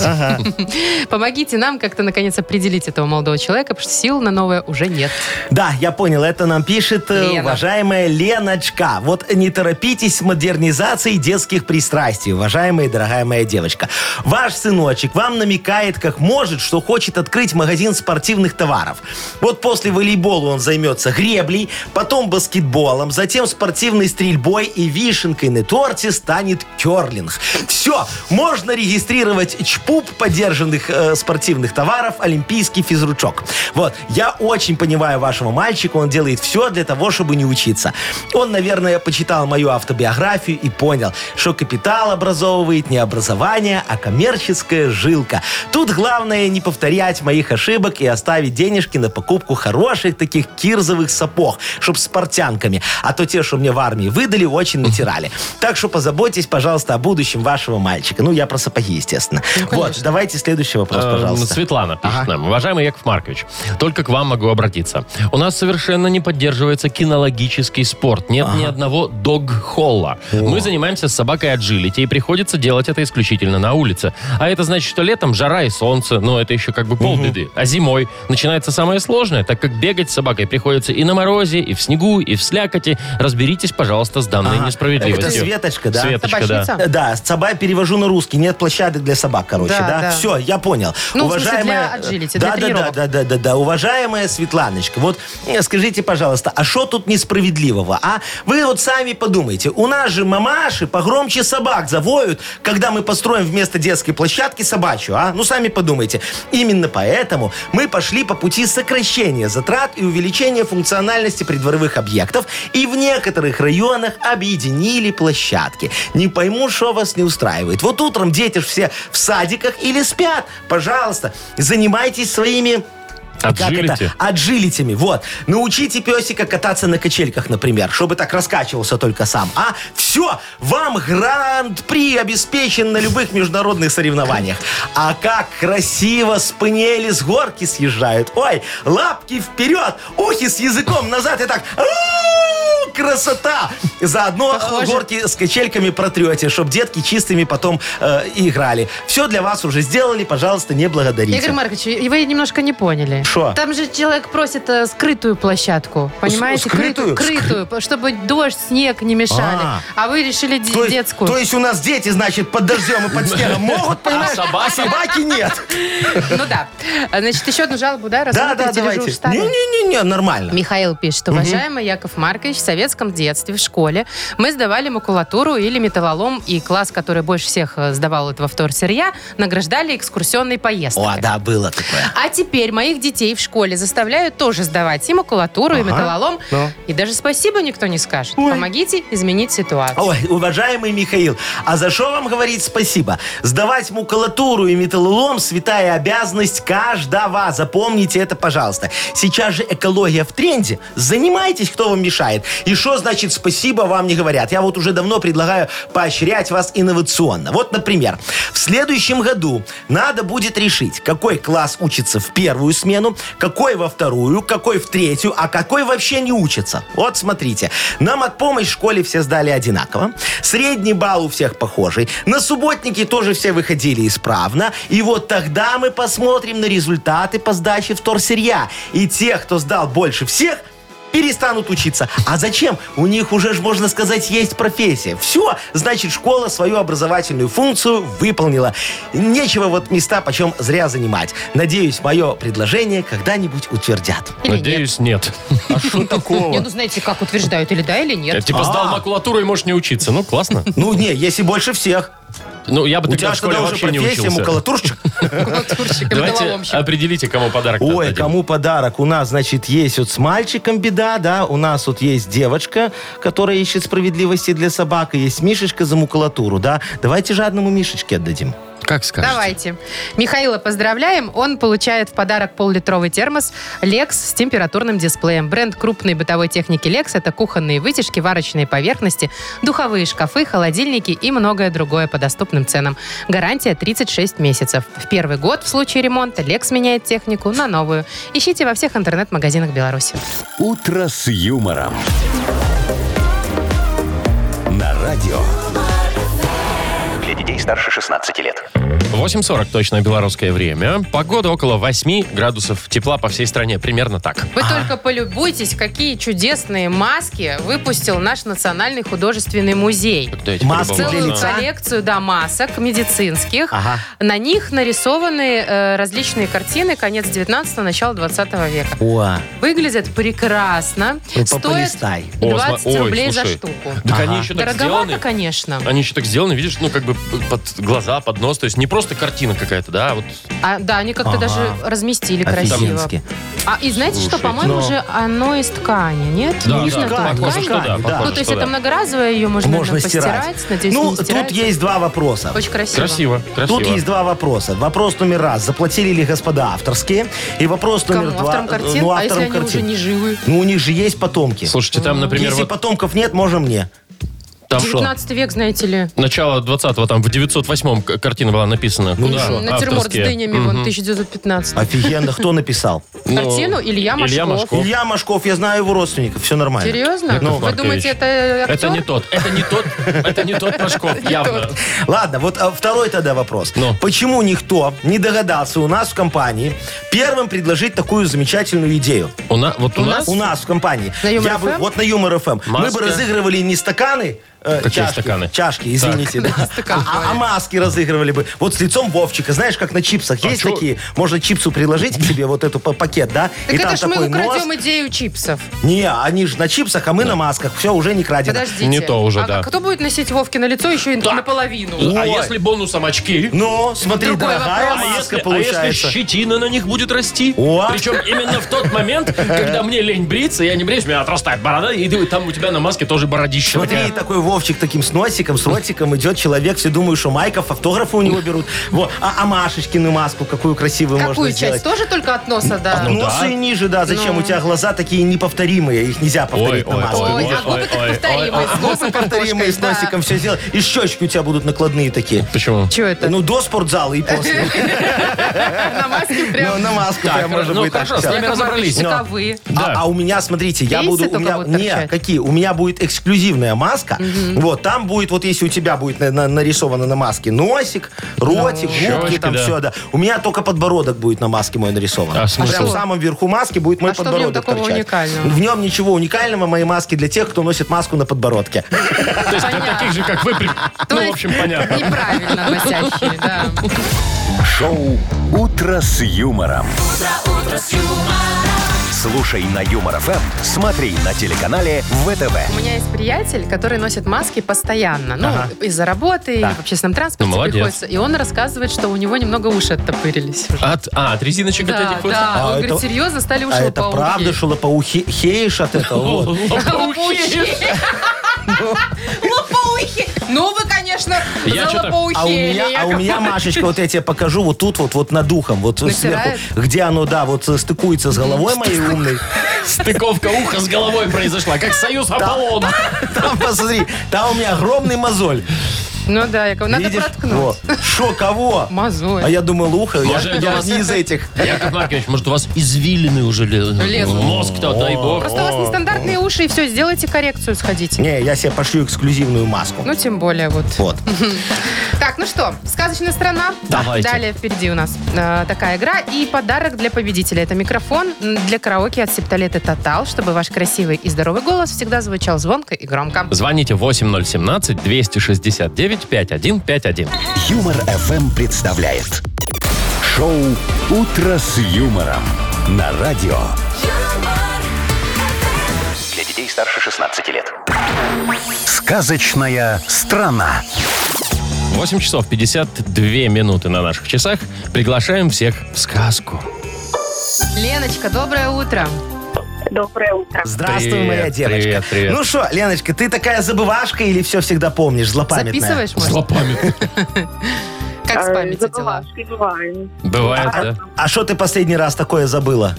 Помогите нам как-то, наконец, определить этого молодого человека, потому что сил на новое уже нет. Да, я понял, это нам пишет э, Лена. уважаемая Леночка. Вот не торопитесь с модернизацией детских пристрастий, уважаемая и дорогая моя девочка. Ваш сыночек вам намекает, как может, что хочет открыть магазин спортивных товаров. Вот после волейбола он займется греблей, потом баскетболом, затем спортивной стрельбой и вишенкой на торте станет керлинг. Все, можно регистрировать ЧПУП поддержанных э, спортивных товаров «Олимпийский физручок». Вот, я очень понимаю вашего мальчика, он делает все для того, чтобы не учиться. Он, наверное, почитал мою автобиографию и понял, что капитал образовывает не образование, а коммерческая жилка. Тут главное не повторять моих ошибок и оставить денежки на покупку хороших таких кирзовых сапог, чтоб с портянками. А то те, что мне в армии выдали, очень натирали. Так что позаботьтесь, пожалуйста, о будущем вашего мальчика. Ну, я про сапоги, естественно. вот, давайте следующий вопрос, Э, пожалуйста. Светлана пишет нам. Уважаемый Яков Маркович, только к вам могу обратиться. У нас совершенно не поддерживается кинологический спорт. Нет ни одного дог-холла. Мы занимаемся с собакой аджилити, и приходится делать это исключительно на улице. А это значит, что летом жара и солнце, но это еще как бы полбеды. А зимой начинается самое сложное, так как бегать с собакой приходится и на морозе, и в снегу, и в слякоти. Разберитесь, пожалуйста, с данной Ага. несправедливостью. А Это Светочка, да? Светочка, да. Собачница? Э, Да, с собой перевожу на русский. Нет площадок для собак, короче, Да, да? да. Все, я понял. Ну, в смысле, для agility, для да, да, да, тренировок. да, да, да, да. Уважаемая Светланочка, вот э, скажите, пожалуйста, а что тут несправедливого, а? Вы вот сами подумайте. У нас же мамаши погромче собак завоют, когда мы построим вместо детской площадки собачью, а? Ну, сами подумайте. Именно поэтому мы пошли по пути сокращения затрат и увеличения функциональности придворовых объектов и в некоторых районах объединили площадки. Не пойму, что вас не устраивает. Вот утром дети ж все в садиках или спят. Пожалуйста, занимайтесь своими как Аджилити? это? Аджилитями, вот. Научите песика кататься на качельках, например, чтобы так раскачивался только сам. А все, вам гранд-при обеспечен на любых международных соревнованиях. А как красиво с пыниели с горки съезжают. Ой, лапки вперед, ухи с языком назад и так... «Ау, Красота! Заодно э, горки с качельками протрете, чтобы детки чистыми потом э, играли. Все для вас уже сделали, пожалуйста, не благодарите. Игорь Маркович, и вы немножко не поняли. Шо? Там же человек просит э, скрытую площадку, понимаете? скрытую? Крытую, чтобы дождь, снег не мешали. А, А. вы решили де- То есть- детскую. То есть у нас дети, значит, под дождем и под снегом могут, понимаешь? А собаки? собаки нет. Ну да. А, Значит, еще одну жалобу, да? Да, да, рассмотрите дирижер давайте. штаба. Не-не-не, нормально. Михаил пишет, уважаемый Яков Маркович, в советском детстве в школе мы сдавали макулатуру или металлолом, и класс, который больше всех э, сдавал этого вторсырья, награждали экскурсионной поездкой. О, да, было такое. А теперь моих детей в школе заставляют тоже сдавать и макулатуру, и Ага. металлолом. Ну. И даже спасибо никто не скажет. Помогите изменить ситуацию. Ой, уважаемый Михаил, а за что вам говорить спасибо? Сдавать макулатуру и металлолом – святая обязанность каждого. Запомните это, пожалуйста. Сейчас же экология в тренде. Занимайтесь, кто вам мешает. И что значит спасибо вам не говорят? Я вот уже давно предлагаю поощрять вас инновационно. Вот, например, в следующем году надо будет решить, какой класс учится в первую смену, какой во вторую, какой в третью, а какой вообще не учится. Вот смотрите, нам от помощь в школе все сдали одинаково, средний балл у всех похожий, на субботники тоже все выходили исправно, и вот тогда мы посмотрим на результаты по сдаче вторсырья. И тех, кто сдал больше всех, перестанут учиться. А зачем? У них уже, ж, можно сказать, есть профессия. Все, значит, школа свою образовательную функцию выполнила. Нечего вот места почем зря занимать. Надеюсь, мое предложение когда-нибудь утвердят. Или нет. Надеюсь, нет. А что Не, такого? ну знаете, как утверждают, или да, или Я, нет. Типа сдал А. макулатуру и можешь не учиться. Ну, классно. Ну, не, если больше всех. Ну, я бы У тогда тебя в ж тогда школе уже вообще не профессия учился. макулатурщик. Макулатурщик и металлоломщик. Давайте определите, кому подарок Ой, отдадим. кому подарок? У нас, значит, есть вот с мальчиком беда, да, у нас вот есть девочка, которая ищет справедливости для собак, и есть Мишечка за макулатуру, да. Давайте жадному Мишечке отдадим. Как скажете. Давайте. Михаила поздравляем. Он получает в подарок пол-литровый термос Lex с температурным дисплеем. Бренд крупной бытовой техники Lex – это кухонные вытяжки, варочные поверхности, духовые шкафы, холодильники и многое другое по доступным ценам. Гарантия 36 месяцев. В первый год в случае ремонта Lex меняет технику на новую. Ищите во всех интернет-магазинах Беларуси. «Утро с юмором». На радио. Для детей старше 16 лет. 8.40 точно белорусское время. Погода около 8 градусов тепла по всей стране. Примерно так. Вы только полюбуйтесь, какие чудесные маски выпустил наш национальный художественный музей. Дайте полюбоваться. Маски для целую лица? коллекцию да, масок медицинских. Ага. На них нарисованы э, различные картины конец 19 начало 20 века. О, Выглядят прекрасно. ну, Стоят пополистай. 20 О, сма- ой, рублей за слушай. штуку. Так Ага. они еще так Дороговато, сделаны. конечно. Они еще так сделаны, видишь, ну как бы под глаза, под нос. То есть не просто картина какая-то, да, а Ну, вот А, да, они как-то Ага. даже разместили красиво. Офигенски. А и знаете что, Слушайте, по-моему, но- же оно из ткани, нет? Да, Нужно да, такая похоже, ткань? что да, Ну, похоже, Ну, то есть что это да. многоразовое, ее можно, Можно наверное, постирать. стирать. Надеюсь, ну, не стирать. тут есть два вопроса. Очень красиво. красиво. Красиво. Тут есть два вопроса. Вопрос номер раз. Заплатили ли господа авторские? И вопрос Кому? номер два. Авторам э, картин? Ну, а если авторам они уже картин. не живы? Ну, у них же есть потомки. Слушайте, там, например, Если вот потомков нет, можно мне. там что? 19 век, знаете ли. Начало 20-го, там в 908-м к- картина была написана. Ну, Куда? шо, Натюрморт с Авторские. дынями, Мгм. вон, А, 1915. Офигенно, кто написал? Ну, Картину Илья Машков. Илья Машков. Илья Машков, я знаю его родственников, все нормально. Серьезно? Яков Вы Маркович. думаете, это актер? Это не тот, это не тот, это не тот Машков, явно. Ладно, вот а, второй тогда вопрос. Ну? Почему никто не догадался у нас в компании первым предложить такую замечательную идею? У нас, вот у, нас, У нас в компании. На Юмор Эм? Я бы- ФМ? вот на Юмор ФМ. Мы Маска. бы разыгрывали не стаканы, э, Какие чашки, стаканы? чашки, извините, да. стакан а, а маски разыгрывали бы. Вот с лицом Вовчика, знаешь, как на чипсах есть А чё? такие. Можно чипсу приложить к себе вот эту па- пакет, да? Так И это там ж мы такой нос. украдем идею чипсов. Не, они же на чипсах, а мы на масках. Все уже не крадено. Подождите. Не то уже, а да. кто будет носить Вовки на лицо еще и наполовину? А Ой. если бонусом очки? Ну, смотри, Другой дорогая вопрос. А если, маска а если получается. щетина на них будет расти? О. Причем именно в тот момент, когда мне лень бриться, я не бреюсь, у меня отрастает борода, и ты- там у тебя на маске тоже бородище. Смотри, такая. такой Вовчик таким с носиком, с ротиком идет человек. Все думают, что Майков, автографы у него берут. Вот. А, а Машечкину маску какую красивую Какую можно часть? сделать. Тоже только от носа, да? Ну Нос да. и ниже, да. Зачем? У тебя глаза такие неповторимые. Их нельзя Ой, повторить на ой, маске. ой, Ой, ой, а губы как ой, повторимые, ой, с носом Повторимые картошкой, с да. носиком все сделать. И щечки у тебя будут накладные такие. ой. Почему? Чего это? Ну, до спортзала и после. на маске Ну, прям. на маску прям может ну, быть. так хорошо, с всё. нами разобрались. Но- Таковы. Да. А, а у меня, смотрите, я Пейсы буду... У только меня, будут не, торчать? какие? У меня будет эксклюзивная маска. Вот, там будет, вот если у тебя будет на- на- нарисовано на маске носик, ротик, губки, Щечки, там да. все, да. У меня только подбородок будет на маске мой нарисован. А смысл? Прям в самом верху маски будет мой А что в нем подбородок такого торчать. уникального? В нем ничего уникального, мои маски для тех, кто носит маску на подбородке. То есть для таких же, как вы, при- То ну, в есть общем, понятно. Неправильно носящие, да. Шоу «Утро с юмором». Слушай на Юмор ФМ, смотри на телеканале ВТВ. У меня есть приятель, который носит маски постоянно. Ну, из-за работы, и в общественном транспорте Ну, молодец. приходится. И он рассказывает, что у него немного уши оттопырились. уже. От, а, от резиночек вот Да, этих вот? да. А он это- говорит, серьезно, стали уши А это лопоухие. правда, что лопоухи хеешь от этого? вот? Лопоухие. Лопоухи! Ну вы, конечно, Я за чё-то- А у, лопоухие. меня, а у меня, Машечка, вот я тебе покажу, вот тут вот, вот над ухом, вот Натирает? сверху, где оно, да, вот э, стыкуется с головой моей умной. Стыковка уха с головой произошла, как союз Аполлона. Там, посмотри, там у меня огромный мозоль. Ну да, Яков, надо Видишь? проткнуть. Во. Шо, кого? Мозоль. А я думал, ухо, я, Может, я у вас- не из этих. Яков Маркович, может, у вас извилины уже Лезут. лезут? Мозг-то, дай бог. Просто у вас нестандартные уши, и все, сделайте коррекцию, сходите. Не, я себе пошью эксклюзивную маску. Ну, тем более, вот. Вот. Так, ну что, сказочная страна. Давайте. Далее впереди у нас э, такая игра. И подарок для победителя. Это микрофон м, для караоке от септолета Тотал, чтобы ваш красивый и здоровый голос всегда звучал звонко и громко. Звоните 8017-269-5151. Юмор ФМ представляет шоу Утро с юмором на радио. Для детей старше 16 лет. Сказочная страна. 8 часов 52 минуты на наших часах. Приглашаем всех в сказку. Леночка, доброе утро. Доброе утро. Здравствуй, Привет, моя девочка. привет, привет. Ну что, Леночка, ты такая забывашка или все всегда помнишь, злопамятная? Записываешь, может? Злопамятный. Как с Э, памятью дела? Забывашки бывают. Бывает, да? А что ты последний раз такое забыла?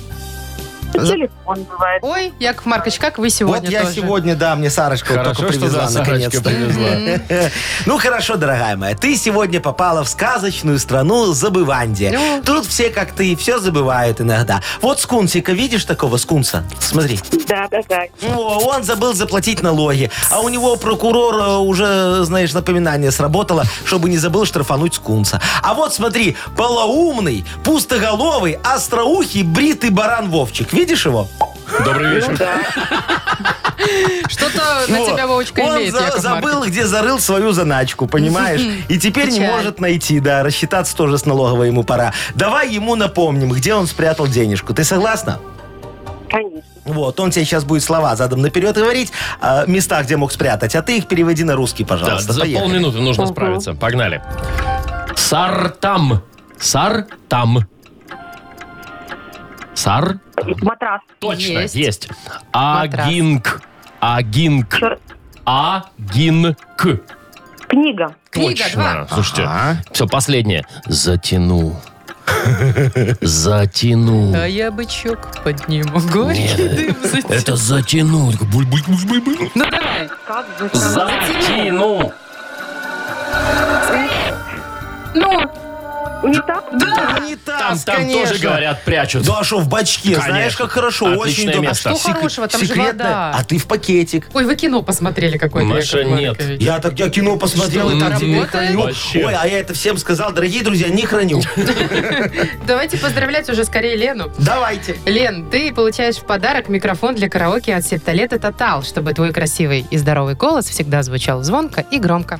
За- Телефон бывает. Ой, Яков Маркович, как вы сегодня вот я тоже? сегодня, да, мне Сарочка вот Хорошо, только что привезла, за Сарочка наконец-то. привезла. Ну хорошо, дорогая моя, ты сегодня попала в сказочную страну Забывандия. Ну. Тут все как ты, все забывают иногда. Вот скунсика, видишь такого скунса? Смотри. Да, да, да. О, он забыл заплатить налоги. А у него прокурор э, уже, знаешь, напоминание сработало, чтобы не забыл штрафануть скунса. А вот смотри, полоумный, пустоголовый, остроухий, бритый баран Вовчик. Видишь его? Добрый вечер. Что-то на Вот. тебя, Вовочка, Ну, Он имеет, за- Яков забыл, Маркович. где зарыл свою заначку, понимаешь? И теперь не Печаль. может найти, да. Рассчитаться тоже с налоговой ему пора. Давай ему напомним, где он спрятал денежку. Ты согласна? Конечно. Вот, он тебе сейчас будет слова задом наперед говорить, а, места, где мог спрятать, а ты их переводи на русский, Да, пожалуйста. за Поехали. полминуты нужно справиться. Погнали. Сартам. Сартам. Сар. Матрас. Точно, Есть. есть. Агинг. Агинг. Чер- Агинг. Книга. Книга, Точно. два. Слушайте, все, последнее. Затяну. Затяну. А я бычок подниму. Горький Нет. дым затя- Это затяну. Такой буль-буль-буль-буль-буль. Ну давай. Как бы Затяну. Не так? Да. Не Там, там, там конечно. тоже говорят, прячут. Да, а что в бачке, Конечно. знаешь, как хорошо, Отличное очень удобно. место. А что хорошего, там же секретное. вода. А ты в пакетик. Ой, вы кино посмотрели какое-то. Маша, Яков нет. Маркович. Я так я кино посмотрел Что, и так тебе работает? храню. Вообще. Ой, а я это всем сказал, дорогие друзья, не храню. Давайте поздравлять уже скорее Лену. Давайте. Лен, ты получаешь в подарок микрофон для караоке от септолета Тотал, чтобы твой красивый и здоровый голос всегда звучал звонко и громко.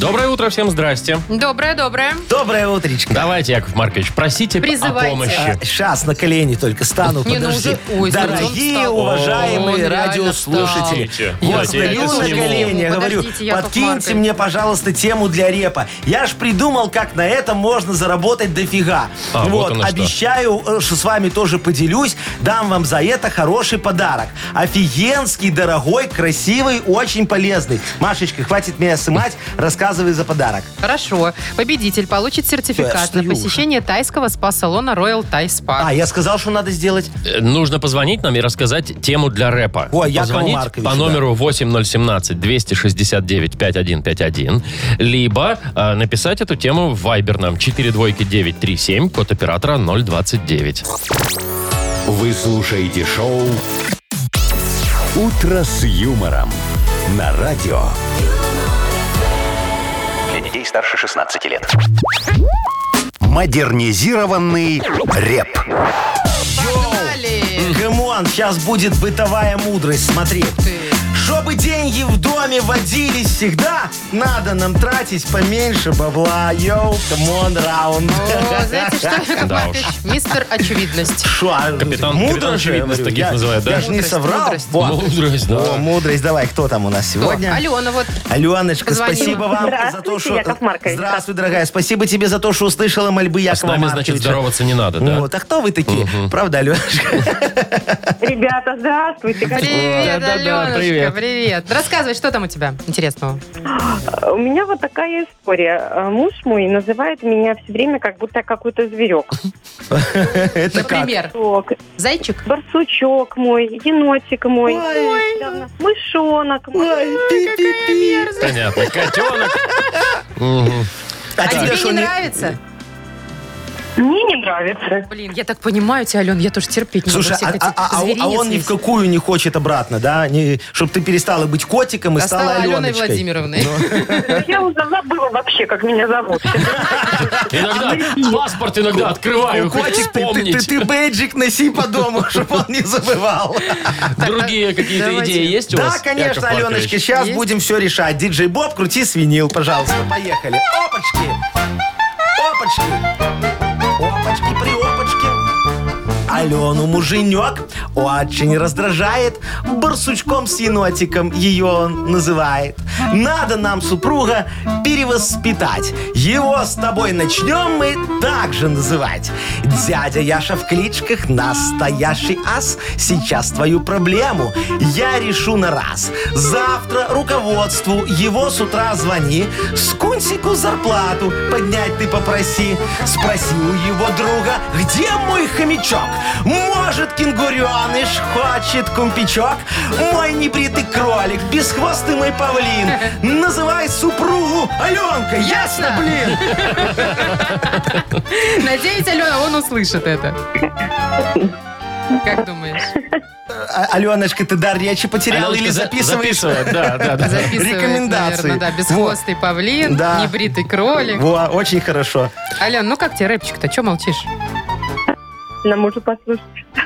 Доброе утро, всем здрасте. Доброе-доброе. Доброе утречко. Давайте, Яков Маркович, просите Призывайте. о помощи. Сейчас на колени только стану, Не, ну подожди. уже- ой, смотри, он Дорогие, встал. Он уважаемые реально радиослушатели, встал. я Вот, я стою это на сниму. колени, говорю, Подождите, Яков подкиньте Маркович. мне, пожалуйста, тему для репа. Я ж придумал, как на этом можно заработать дофига. А, вот Вот, оно что. обещаю, э, что с вами тоже поделюсь, дам вам за это хороший подарок. Офигенский, дорогой, красивый, очень полезный. Машечка, хватит меня сымать, рассказывай за подарок. Хорошо. Победитель получит Я сертификат на встаю уже. посещение тайского спа-салона Royal Thai Spa. А, я сказал, что надо сделать. Э, Нужно позвонить нам и рассказать тему для рэпа. Ой, Якову позвонить Марковичу, по да. номеру 8017-269-5151, либо э, написать эту тему в Viber нам 42937, код оператора 029. Вы слушаете шоу «Утро с юмором» на радио. Для детей старше 16 лет. Модернизированный рэп. Погнали! Камон, сейчас будет бытовая мудрость, смотри. Чтобы деньги в доме водились всегда, надо нам тратить поменьше бабла. Йоу, камон, раунд. О, знаете что, Яков Да Маркович? Мистер Очевидность. Шо, а, Капитан- капитан мудро же, я очевидность говорю, таких я- называют, да? Я же не Мудрость, соврал. мудрость. Во. Мудрость, да. О, мудрость, давай, кто там у нас сегодня? Кто? Алена вот. Аленочка, Позвонила. спасибо вам за то, Здравствуйте, что... Яков Маркович. Здравствуй, дорогая. Спасибо тебе за то, что услышала мольбы Якова А С нами, значит, Марковича. здороваться не надо, да? Вот, а кто вы такие? Правда, Аленочка? Ребята, здравствуйте. Как- Привет, Да-да-да, Аленушка, привет. привет. Рассказывай, что там у тебя интересного? У меня вот такая история. Э, Муж мой называет меня все время как будто я какой-то зверек. Это как? Например, Сок, зайчик? Барсучок мой, енотик мой, недавно мышонок мой. Пи-пи-пи. Понятно. Котенок. Мгм. А тебе что, не не- нравится? Мне не нравится. Блин, я так понимаю тебя, Ален, я тоже терпеть не могу. Слушай, всех а, этих а- а- а он- а зверинец он ни в есть. какую не хочет обратно, да? чтобы ты перестала быть котиком и А стала, стала Аленой Аленочкой. Ну. Владимировной. Я уже забыла вообще, как меня зовут. Иногда паспорт иногда открываю, хоть Котик, ты, ты, вспомнить. ты- ты бейджик носи по дому, чтобы он не забывал. Другие какие-то Давайте. идеи есть у вас? Да, конечно, Яков Маркович? Аленочка, сейчас Есть? будем все решать. Диджей Боб, крути свинил, пожалуйста. Поехали. Опачки. Опачки. Опачки, при опачке. Алену муженек очень раздражает. Барсучком с енотиком ее он называет. Надо нам супруга перевоспитать. Его с тобой начнем мы также называть. Дядя Яша в кличках настоящий ас. Сейчас твою проблему я решу на раз. Завтра руководству его с утра звони. Скунсику зарплату поднять ты попроси. Спроси у его друга, где мой хомячок? Может, кенгуреныш хочет кумпичок? Мой небритый кролик, бесхвостый мой павлин. Называй супругу Аленка, ясно, блин? Надеюсь, Алена, он услышит это. Как думаешь? А- Аленочка, ты дар речи потеряла Аленочка или за- записываешь? записывает, да, да, да. Записывает, Рекомендации. наверное, да. Бесхвостый павлин, Да. небритый кролик. Во, очень хорошо. Ален, ну как тебе рэпчик-то? Че молчишь? На мужа послушать.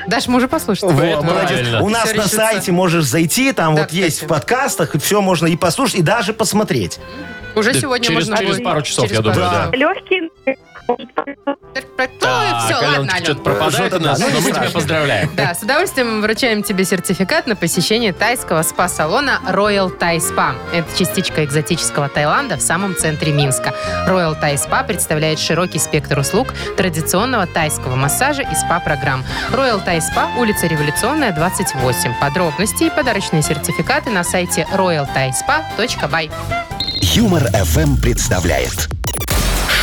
Дашь мужа послушать. Во, Это молодец. правильно. У нас Всё на решится. сайте можешь зайти, там Да, вот есть в кстати. подкастах, и все можно и послушать, и даже посмотреть. Уже Да, сегодня через- можно... через будет. пару часов, я пару думаю, да. часов. Легкий. Ну, все, ладно, Аленочка, что-то Ален. пропадает у Что-то нас, да, ну, но не мы тебя страшно. поздравляем. Да, с удовольствием вручаем тебе сертификат на посещение тайского спа-салона Royal Thai Spa. Это частичка экзотического Таиланда в самом центре Минска. Royal Thai Spa представляет широкий спектр услуг традиционного тайского массажа и спа-программ. Royal Thai Spa, улица Революционная, 28. Подробности и подарочные сертификаты на сайте royalthaispa.by. Юмор FM представляет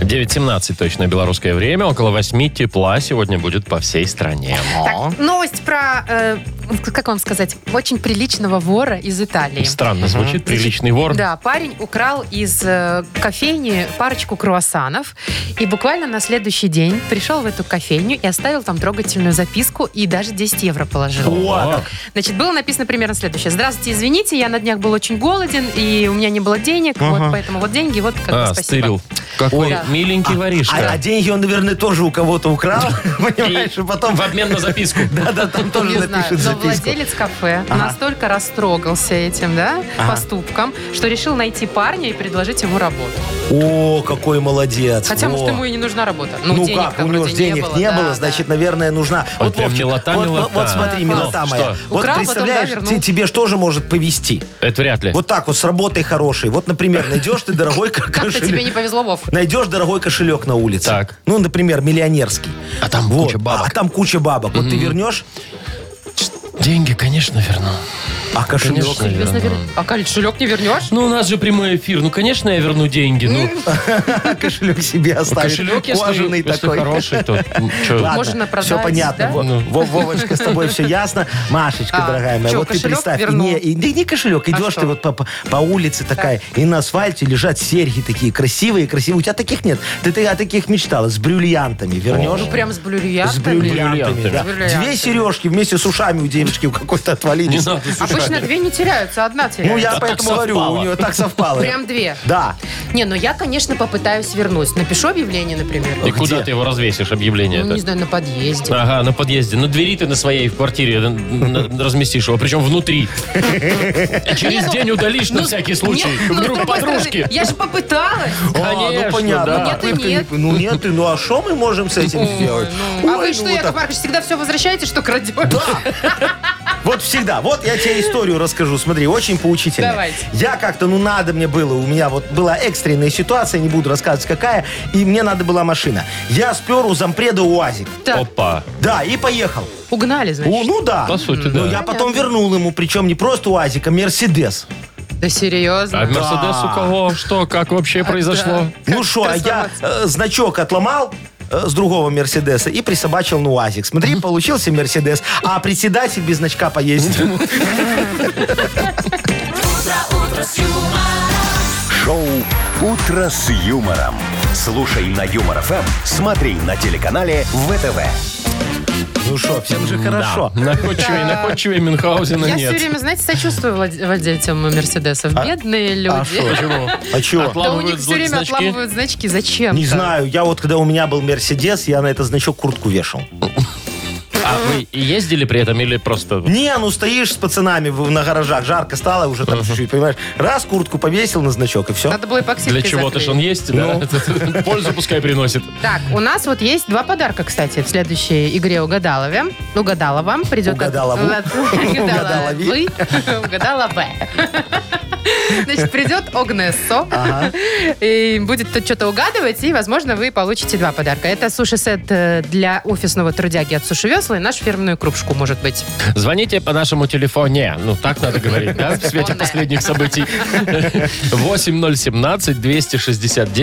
9.17 точно белорусское время. Около 8 тепла сегодня будет по всей стране. Новость про, э, как вам сказать, очень приличного вора из Италии. Странно звучит. Приличный вор. Да, парень украл из э, кофейни парочку круассанов и буквально на следующий день пришел в эту кофейню и оставил там трогательную записку и даже 10 евро положил. О, Значит, было написано примерно следующее. Здравствуйте, извините, я на днях был очень голоден и у меня не было денег, вот поэтому вот деньги, вот как бы а, спасибо. стырил. Какой Да. миленький воришка. А, а деньги он, наверное, тоже у кого-то украл, понимаешь, и потом... В обмен на записку. Да-да, там Не тоже знаю, напишут но записку. владелец кафе Ага. настолько растрогался этим, да, Ага. поступком, что решил найти парня и предложить ему работу. О, какой молодец. Хотя, может, во. ему и не нужна работа. Ну, Ну, денег как, у него ж денег не было, да, значит, да. наверное, нужна... Вот прям Вовчик, милота, вот- милота. вот- Вот смотри, Да, милота класс. моя. Что? Вот Украл, потом, да, представляешь, вернул. ты- тебе же тоже может повести. Это вряд ли. Вот так вот, с работой хорошей. Вот, например, найдешь ты дорогой ко- Как-то тебе не кошелек. повезло, Вов. Найдешь дорогой кошелек на улице. Так. Ну, например, миллионерский. А там Вот. куча бабок. А там куча бабок. Вот ты вернешь, Деньги, конечно, верну. а кошелек... Конечно, верну. Серьезно, вер- А кошелек не вернешь? Ну, у нас же прямой эфир. Ну, конечно, я верну деньги. Ну, Кошелек себе оставит. кошелек, если, Кожаный если такой. хороший, то ну, чё? Ладно, Можно продать, все понятно. да? Во- Ну. Во- Вовочка, с тобой все ясно. Машечка, А, дорогая моя, чё, вот ты кошелек представь. и вернул? А Не, и- да и не кошелек, идешь что? ты вот по, по- по улице такая, и на асфальте лежат серьги такие красивые, красивые. У тебя таких нет. Ты, ты о таких мечтала, с бриллиантами. Вернешь? Ну, прям с С блюриятами. бриллиантами, да. С бриллиантами. Две сережки вместе с ушами у девочки у какой-то Не отвалились. надо, слушай. А Обычно две не теряются, одна Ну, теряется. я поэтому говорю, совпало. у нее так совпало. Прям две. Да. Не, ну я, конечно, попытаюсь вернуть. Напишу объявление, например. И А Где? куда ты его развесишь, объявление Ну, это? не знаю, на подъезде. Ага, на подъезде. На двери ты на своей в квартире н- н- разместишь его, причем внутри. И через Не, ну, день удалишь на ну, всякий случай. не, ну, с Вдруг другой подружки. стороны, Я же попыталась. А, Конечно, ну понятно. да. Нет и Попытка не- нет. Ну нет, и ну а что мы можем с этим сделать? А Ой, вы ну что, вот Яков так. Маркович, всегда все возвращаете, что крадете? Вот всегда. Вот я тебе историю расскажу. Смотри, очень поучительно. Давайте. Я как-то, ну надо мне было, у меня вот была экстренная ситуация, не буду рассказывать какая, и мне надо была машина. Я спер у зампреда УАЗик. Так, Опа. Да, и поехал. угали, О, значит. ну да. По сути, Но да. я потом вернул ему, причем не просто УАЗик, а Мерседес. Да серьезно? А Мерседес у кого? Что? Как вообще произошло? Ну что, а я э, значок отломал э, с другого Мерседеса и присобачил на УАЗик. Смотри, получился Мерседес, а председатель без значка поездил. Шоу Утро с юмором. Слушай на Юмор ФМ, смотри на телеканале ВТВ. Ну что, всем же хорошо. Находчивее, находчивее Мюнхгаузена Я все нет. время, знаете, сочувствую владе- владельцам Мерседесов. Бедные А люди. что? А чё? Да у них Отламывают все время значки. отламывают значки. Зачем? Не знаю, я вот когда у меня был Мерседес, я на этот значок куртку вешал. А вы и ездили при этом или просто... Не, ну стоишь с пацанами в- на гаражах, жарко стало уже там чуть-чуть, понимаешь? Раз куртку повесил на значок и все. Надо было эпоксидкой Для чего-то ж он заклеить. есть, да? Пользу пускай приносит. Так, у нас вот есть два подарка, кстати, в следующей игре угадалове. Угадала вам придет... Угадалову. Угадала Угадалови. Угадала Б. Значит, придет Огнессо и будет тут что-то угадывать, и, возможно, вы получите два подарка. Это суши-сет э, для офисного трудяги от Суши Весла и нашу фирменную кружку, может быть. Звоните по нашему телефоне. Ну, так надо говорить, да, в свете последних событий.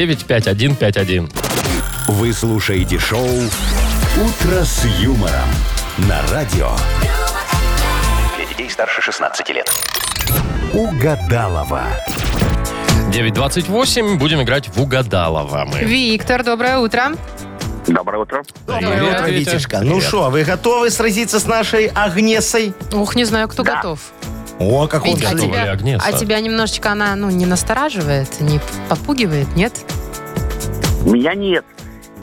8017-269-5151. Вы слушаете шоу Утро с юмором на радио. Для детей старше 16 лет. Угадалова. 9.28. Будем играть в угадалово мы. Виктор, доброе утро. Доброе утро. Доброе Привет, утро, Витя. Витюшка. Ну Привет. что, вы готовы сразиться с нашей Агнесой? Ух, не знаю, кто Да. готов. О, как он Вить, а готов. готов. Или тебя, Агнеса? а тебя немножечко она, ну, не настораживает, не подпугивает, нет? Меня нет.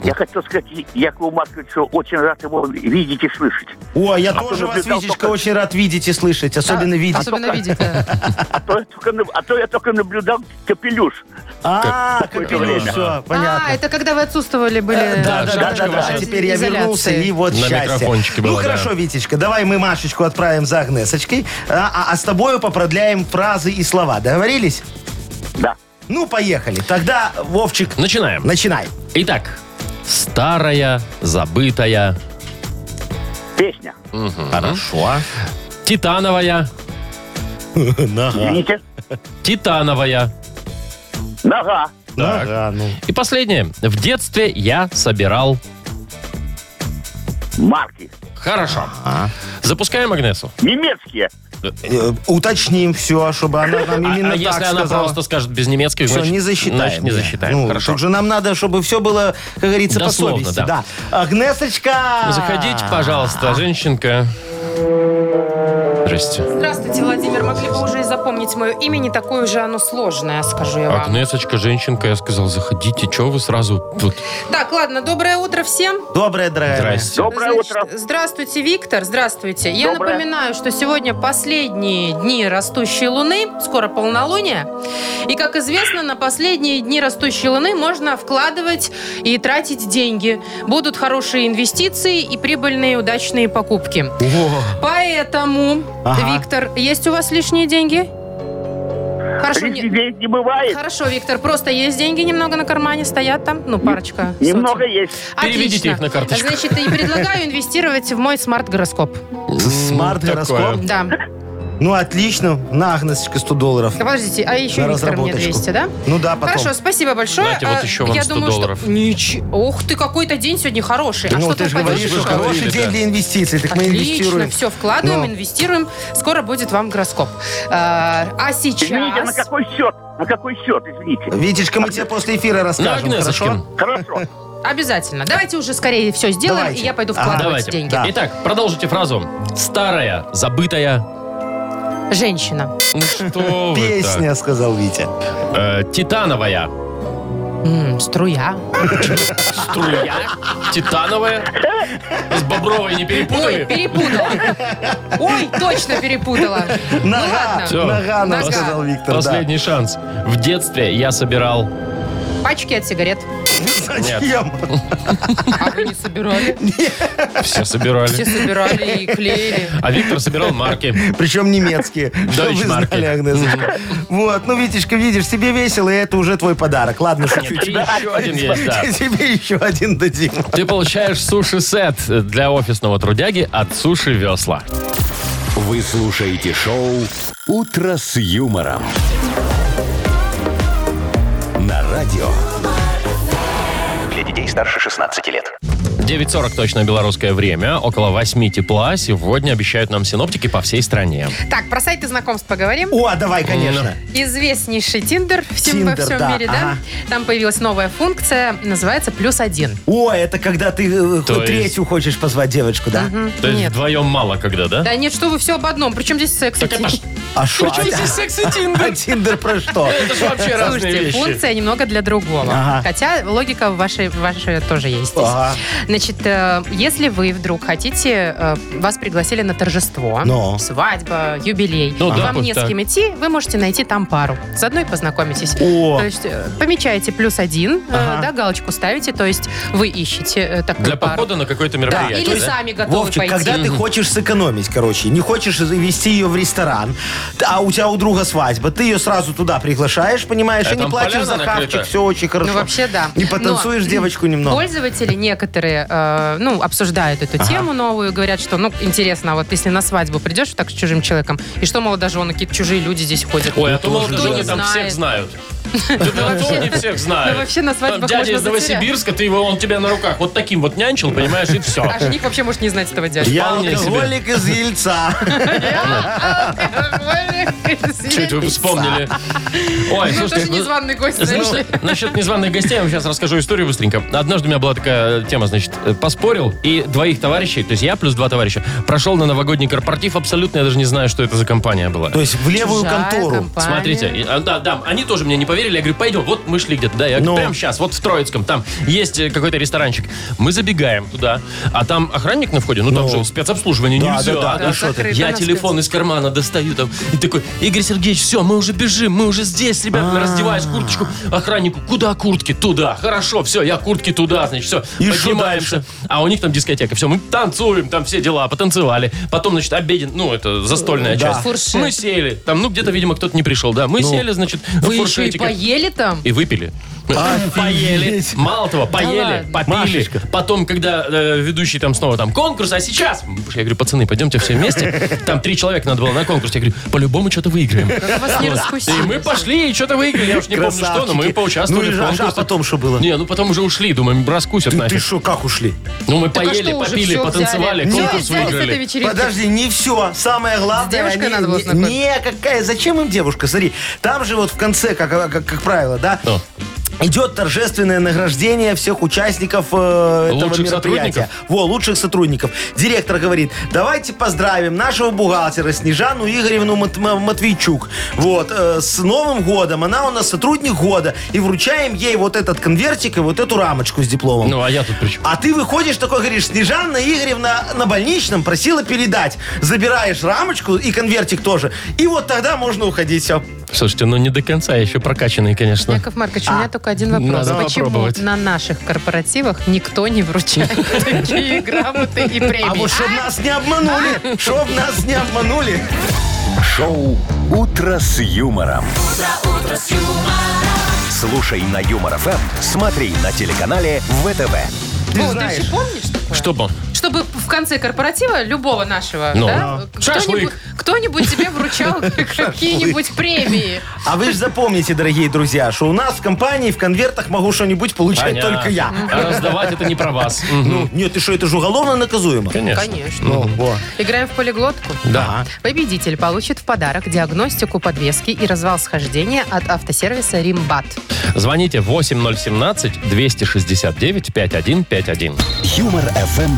Я хочу сказать Якову Марковичу, очень рад его видеть и слышать. О, я А тоже ты вас, наблюдал Витечка, только- очень рад видеть и слышать. Особенно А, видеть. Особенно видит. да. А то я только, на- а то я только наблюдал капелюш. А, как Какое-то время. все, А, понятно. это когда вы отсутствовали, были... э, Да, да, да, да, да, шапочка да. ваша. А теперь я Изоляции. вернулся, и вот На счастье. микрофончике ну было, да. хорошо, Витечка, давай мы Машечку отправим за Агнесочкой, а, а- а с тобою попродляем фразы и слова. Договорились? Да. Ну, поехали. Тогда, Вовчик, Начинаем. начинай. Итак, старая, забытая, Песня. Хорошо. титановая, Нога. Видите? титановая. Нога. Нога, ну. И последнее. В детстве я собирал. Марки. Хорошо. Запускаем Агнесу. Немецкие. Э, Уточним все, чтобы она нам А- именно а если так она сказала. просто скажет без немецких, Все, значит, не засчитаем. значит, не Нет. засчитаем. Ну, Хорошо. Тут же нам надо, чтобы все было, как говорится, Дословно, по совести. да. Да. Агнесочка! Заходите, А. пожалуйста, женщинка. Здрасте. Здравствуйте, Владимир. Могли бы уже и запомнить мое имя, не такое же оно сложное, скажу А я вам. Агнесочка, женщинка, я сказал, заходите. Чего вы сразу тут? Так, ладно, доброе утро всем. Доброе, дорогая. моя. Здрасте. Доброе Значит, утро. Здравствуйте, Виктор. Здравствуйте. Я Доброе. напоминаю, что сегодня последние дни растущей луны. Скоро полнолуние. И, как известно, на последние дни растущей луны можно вкладывать и тратить деньги. Будут хорошие инвестиции и прибыльные удачные покупки. Во. Поэтому, Ага. Виктор, есть у вас лишние деньги? Хорошо, не- Лишних денег не бывает. Хорошо, Виктор, просто есть деньги немного на кармане, стоят там, ну, парочка. сотен. Немного есть. Переведите Отлично. их на карточку. Значит, и предлагаю инвестировать в мой смарт-гороскоп. Смарт-гороскоп. Да. Ну, отлично. На, Агнесочка, 100 долларов. Да, Подождите, а еще На Виктор мне разработочку. 200, да? Ну да, потом. Хорошо, спасибо большое. Знаете, вот А, еще вам я 100 думаю, что- долларов. Ничего. Ох ты, какой-то день сегодня хороший. А Ну, что ты там же пойдёт? говоришь, что Вы же говорили, хороший день да. для инвестиций, так мы Отлично, инвестируем. все, вкладываем, Ну. инвестируем. Скоро будет вам гороскоп. А, а Извините, на сейчас... какой счет? На какой счет, извините? Витечка, мы тебе после эфира На расскажем, Агнесочкин. хорошо? Хорошо. Обязательно. Давайте уже скорее все сделаем, Давайте. и я пойду Ага. вкладывать Давайте. деньги. Да. Итак, продолжите фразу. Старая, забытая. Женщина. Ну что вы Песня, сказал Витя. так? Э, Титановая. М, струя. Струя. Титановая. С Бобровой не Ой, перепутали? перепутала. Ой, точно перепутала. Ну Нога, ладно. Всё. нога, нам Нога. сказал Виктор. Последний шанс. В детстве я собирал... Пачки от сигарет. Да. Зачем? А вы не собирали? Все собирали. Все собирали и клеили. А Виктор собирал марки. Причем немецкие. Чтобы вы Deutschmark. знали, Агнесочка. Вот, ну, Витечка, видишь, тебе весело, и это уже твой подарок. Ладно, шучу. тебе еще один есть, да. Тебе еще один дадим. Ты получаешь суши-сет для офисного трудяги от Суши Весла. Вы слушаете шоу «Утро с юмором». На радио. Для детей старше 16 лет. 9.40 точно белорусское время. Около 8 тепла сегодня обещают нам синоптики по всей стране. Так, про сайты знакомств поговорим. О, давай, конечно. Известнейший Тиндер всем- во Tinder, всем да, мире, да? ага. Там появилась новая функция, называется «плюс один». О, это когда ты э, Ну. То есть- третью хочешь позвать девочку, да? То есть вдвоем мало когда, да? Да нет, что вы все об одном. Причем здесь секс? Так и это ж- Тиндер? А что? Причем здесь секс и Тиндер? А Тиндер про что? Это ж вообще разные Слушайте, вещи. функция немного для другого. Ага. Хотя логика вашей, вашей тоже есть здесь. Ага. Значит, э, если вы вдруг хотите, э, вас пригласили на торжество, Но. свадьба, юбилей, Ну и да, вам пусть не так. с кем идти, вы можете найти там пару. Заодно и познакомитесь. О, То есть э, помечаете плюс один, э, Ага. да, галочку ставите, то есть вы ищете э, такую Для пару. похода на какое-то Да, мероприятие, или да? сами готовы Вовчик, пойти. когда ты хочешь сэкономить, короче, не хочешь вести ее в ресторан, а у тебя у друга свадьба, ты ее сразу туда приглашаешь, понимаешь, А и не там платишь поляна за накрыта? хавчик, все очень хорошо. Ну, вообще, да. И потанцуешь Но девочку немного. Пользователи некоторые, э, ну, обсуждают эту тему новую, говорят, что, ну, интересно, а вот если на свадьбу придешь так с чужим человеком, и что, мол, даже он, какие-то чужие люди здесь ходят. Ой, а то Кто молодожены не там знает. всех знают. Ты дураков не всех Ну, знаешь. вообще на Там свадьбах дядя можно из затерять. Новосибирска, ты его, он тебя на руках вот таким вот нянчил, понимаешь, и все. А жених вообще может не знать этого дядю. Я Вполне себе. алкоголик из яйца. Чуть вы вспомнили. Ой, Ну, слушайте, тоже незваный гость, знаешь Знаешь, ли. насчет незваных гостей я вам сейчас расскажу историю быстренько. Однажды у меня была такая тема, значит, э, поспорил, и двоих товарищей, то есть я плюс два товарища, прошел на новогодний корпоратив, абсолютно я даже не знаю, что это за компания была. То есть в левую Чужая контору. компания. Смотрите, и- а, да, да, они тоже мне не поверили. Я говорю, пойдем, вот мы шли где-то, да, я говорю, Ну. прямо сейчас, вот в Троицком, там есть э, какой-то ресторанчик. Мы забегаем туда, а там охранник на входе, ну, там Ну. же спецобслуживание Да, нельзя. да, да, А да, там что ты. закрыто Я на телефон из кармана достаю там и такой, Игорь Сергеевич, все, мы уже бежим, мы уже здесь, ребята, раздеваешь курточку охраннику, куда куртки? Туда, хорошо, все, я куртки туда, значит, все, И что поднимаемся. дальше? А у них там дискотека, все, мы танцуем, там все дела, потанцевали. Потом, значит, обеден, ну, это застольная Да. часть. Фуршет. Ну, Мы сели. Там, ну, где-то, видимо, кто-то не пришел, да. Мы сели, значит, на Вы еще и фуршетиках. поели там? И выпили. А, Поели. Мало того, поели, ладно. попили. Машечка. Потом, когда э, ведущий там снова там конкурс, а сейчас... Я говорю, пацаны, пойдемте все вместе. Там три человека надо было на конкурс. Я говорю, по-любому что-то выиграем. Вас не Вот. раскусили. И мы пошли и что-то выиграли. Я уж не помню что, но мы Красавчики. поучаствовали Ну и в же, а конкурсе. потом что было? Не, ну потом уже ушли, думаем, раскусят Ты нафиг. что, как ушли? Ну мы Так а поели, что уже, попили, всё потанцевали, взяли? конкурс Всё взяли с этой выиграли. вечеринки. Подожди, не все. Самое главное... девушкой они- надо было не- знакомиться. Не, какая, зачем им девушка? Смотри, там же вот в конце, как, как, как правило, да, Что? идет торжественное награждение всех участников э, этого Лучших мероприятия. Во, лучших сотрудников. Директор говорит, давайте поздравим нашего бухгалтера Снежану Игоревну Мат- М- Матвейчук. Вот, э, с Новым годом. Она у нас сотрудник года. И вручаем ей вот этот конвертик и вот эту рамочку с дипломом. Ну а я тут при чем? А ты выходишь такой, говоришь, Снежанна Игоревна на больничном просила передать. Забираешь рамочку и конвертик тоже. И вот тогда можно уходить. Все. Слушайте, ну не до конца, я еще прокачанный, конечно. Яков Маркович, у меня А, только один вопрос. Надо Почему попробовать. на наших корпоративах никто не вручает такие грамоты и А премии? вот чтоб нас не обманули, чтоб нас не обманули. Шоу «Утро с юмором». Слушай на Юмор ФМ, смотри на телеканале ВТВ. Ты Вов, знаешь. ты еще помнишь такое? Чтобы Чтобы в конце корпоратива любого нашего, Ну. да, кто-нибудь, Шашлык. кто-нибудь тебе вручал какие-нибудь премии. А вы же запомните, дорогие друзья, что у нас в компании в конвертах могу что-нибудь получать Понятно. только я. А раздавать это не про вас. Ну, нет, ты что, это же уголовно наказуемо. Конечно. Конечно. Ну, во. Играем в полиглотку. Да. Победитель получит в подарок диагностику подвески и развал схождения от автосервиса «Римбат». Звоните 8017-269-5151. Юмор ФМ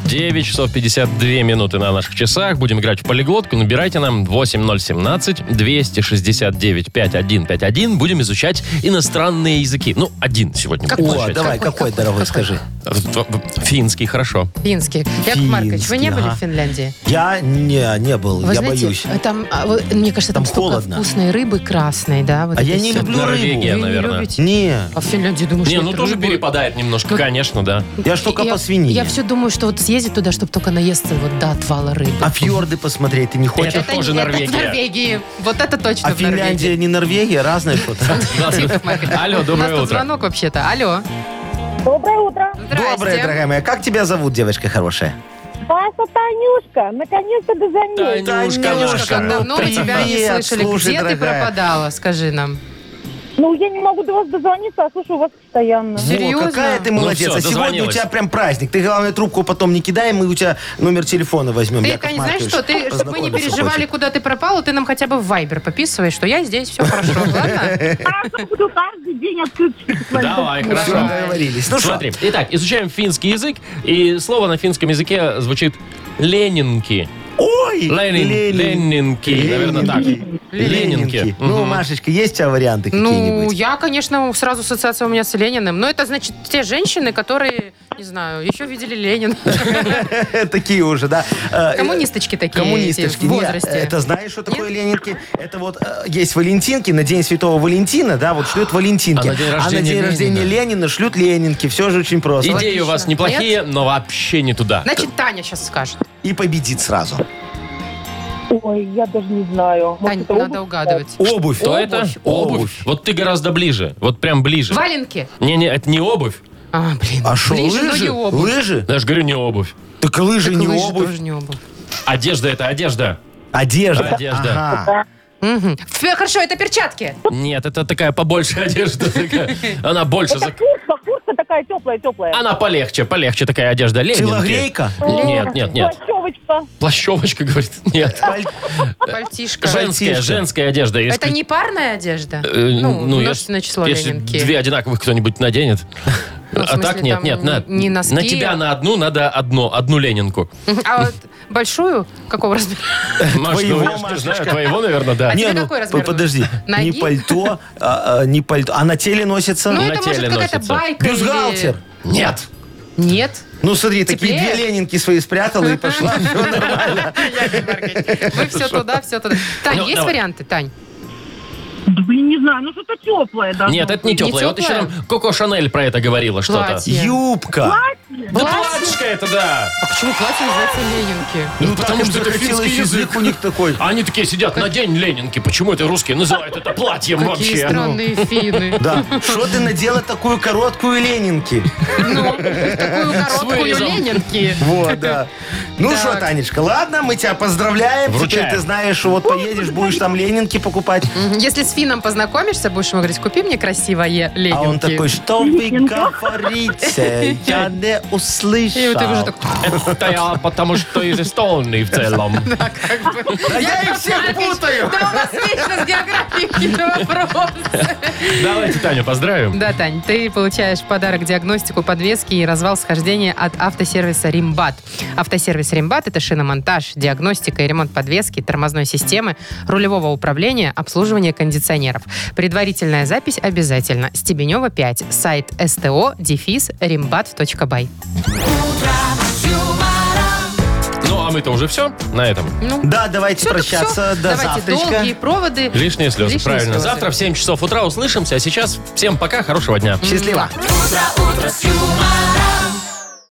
9 часов 52 минуты на наших часах. Будем играть в полиглотку. Набирайте нам 8017-269-5151. Будем изучать иностранные языки. Ну, один сегодня. будем О, изучать. давай, какой, дорогой, скажи. В- в- Финский, хорошо. Финский. Яков Маркович, вы не Финский, были ага. в Финляндии? Я не, не был, Вы я знаете, боюсь. э, Там, а, вы- мне кажется, там, Там столько холодно. вкусной рыбы красной, да? вот А я это не всё. люблю Норвегия, Ну, Вы рыбу. не наверное. любите? Не, А в Финляндии, думаешь, Не, нет ну тоже рыбы? перепадает немножко, конечно, да. я ж только Я- по свинине. Я все думаю, что вот съездить туда, чтобы только наесться вот до отвала рыбы. А фьорды посмотреть ты не хочешь? Это тоже не- Это в Норвегия. Норвегии. Вот это точно А в Норвегии. Финляндия не Норвегия, разное что-то. Алло, У нас доброе тут утро. звонок вообще-то. Алло. Доброе утро. Здрасте. Доброе, дорогая моя. Как тебя зовут, девочка хорошая? Паса Танюшка, наконец-то дозвонилась. Танюшка Танюшка, наша. как давно мы тебя не привет, слышали. слушай, Где ты дорогая. пропадала, скажи нам. Ну, я не могу до вас дозвониться, а слушаю вас постоянно. Во, Серьезно? какая ты Ну молодец. всё, а сегодня у дозвонилась. тебя прям праздник. Ты, главное, трубку потом не кидай, мы у тебя номер телефона возьмем. Ты, Яков конечно, знаешь Маркович что, ты, чтобы мы не познакомиться переживали, хочет. куда ты пропала, ты нам хотя бы в Вайбер пописывай, что я здесь, все хорошо, ладно? А ну, я буду каждый день отключиться. с вами. Давай, Всё, хорошо. договорились. Ну что, Смотри, итак, изучаем финский язык, и слово на финском языке звучит «ленинки». ой, Ленин, Ленинки, наверное, так. Ленинки. Ну, Мгм. Машечка, есть у тебя варианты Ну, какие-нибудь? я, конечно, сразу ассоциация у меня с Лениным, но это значит те женщины, которые, не знаю, еще видели Ленина. Такие уже, да. Э, Коммунисточки такие Коммунисточки. эти, в Не, возрасте. это знаешь, что такое Ленинки? Это вот э, есть Валентинки на День Святого Валентина, да, вот шлют Валентинки. А на день рождения день рождения Ленина? Ленина шлют Ленинки. Все же очень просто. Идеи у вас Отлично. неплохие, но вообще не туда. Значит, Таня сейчас скажет. И победит сразу. Ой, я даже не знаю. Может, Тань, это обувь? надо угадывать. Обувь. Что это? Обувь. Вот ты гораздо ближе. Вот прям ближе. Валенки? Не-не, это не обувь. А, блин. А что, Ближе, но не лыжи? обувь. Лыжи? Я же говорю, не обувь. Так лыжи Так не лыжи обувь. тоже не обувь. Одежда это одежда. Одежда. Одежда. Ага. Мгм. Фе- Хорошо, это перчатки. Нет, это такая побольше одежда. такая. Она больше. зак- Куртка, куртка такая теплая-теплая. Она полегче, полегче такая одежда. Ленинки. Телогрейка? Нет, нет, нет. Плащевочка. Плащевочка, говорит. Нет. Паль- Пальтишка. Женская, Пальтишко. женская одежда. Это Если- не парная одежда? Э, Ну, ну, множественное число если Ленинки. две одинаковых кто-нибудь наденет. Ну, в а смысле, так нет, там нет. На, не а носки. на тебя на одну надо одно, одну Ленинку. А вот большую? Какого размера? Маш, Твоего, ну, я ж не Машечка. знаю, твоего, наверное, да. А тебе Не, ну, какой размер п- подожди. нужен? Не Ноги? пальто, а, а, не пальто. А на теле носится? Ну, на это может теле какая-то носится. байка или- Бюстгальтер. Нет. Нет. Ну, смотри, такие Теплее? две Ленинки свои спрятала и пошла. Всё нормально. Яков Маркович, Вы все туда, все туда. Тань, Ну, есть давай. варианты, Тань? Да, блин, не знаю, ну что-то теплое даже. Нет, это не Не теплое. Вот еще теплое? нам Коко Шанель про это говорила что-то. Платье. Юбка. Да платьишко это, да. А почему платье называется Ленинки? Ну, потому так им что это захотелось, финский язык. у них такой. А Они такие сидят на день Ленинки. Почему это русские называют это платьем Какие вообще? странные финны. Да. Что ты надела такую короткую Ленинки? Ну, такую короткую вырезом. Ленинки. Вот, да. Ну Так. что, Танечка, ладно, мы тебя поздравляем. Вручаем. Теперь ты знаешь, что вот поедешь, будешь там Ленинки покупать. Мгм. Если с финном познакомишься, будешь ему говорить, купи мне красивое Ленинки. А он такой, что вы говорите? Я не И вот ты уже услышал. такой... Это я потому что из Эстонии в целом. Да я их всех путаю. Да у нас вечно с географией какие-то вопросы. Давайте Таню поздравим. Да, Тань, ты получаешь в подарок диагностику подвески и развал схождения от автосервиса «Римбат». Автосервис «Римбат» — это шиномонтаж, диагностика и ремонт подвески, тормозной системы, рулевого управления, обслуживание кондиционеров. Предварительная запись обязательно. Стебенева, 5. Сайт sto дефис rimbat.by. Ну, а мы-то уже все на этом. Ну, Да, давайте всё так прощаться всё. до Давайте завтрачка. долгие проводы. Лишние слезы, Лишние правильно. слезы. Завтра в 7 часов утра услышимся. А сейчас всем пока, хорошего дня. Счастливо. Утро, утро с юмором.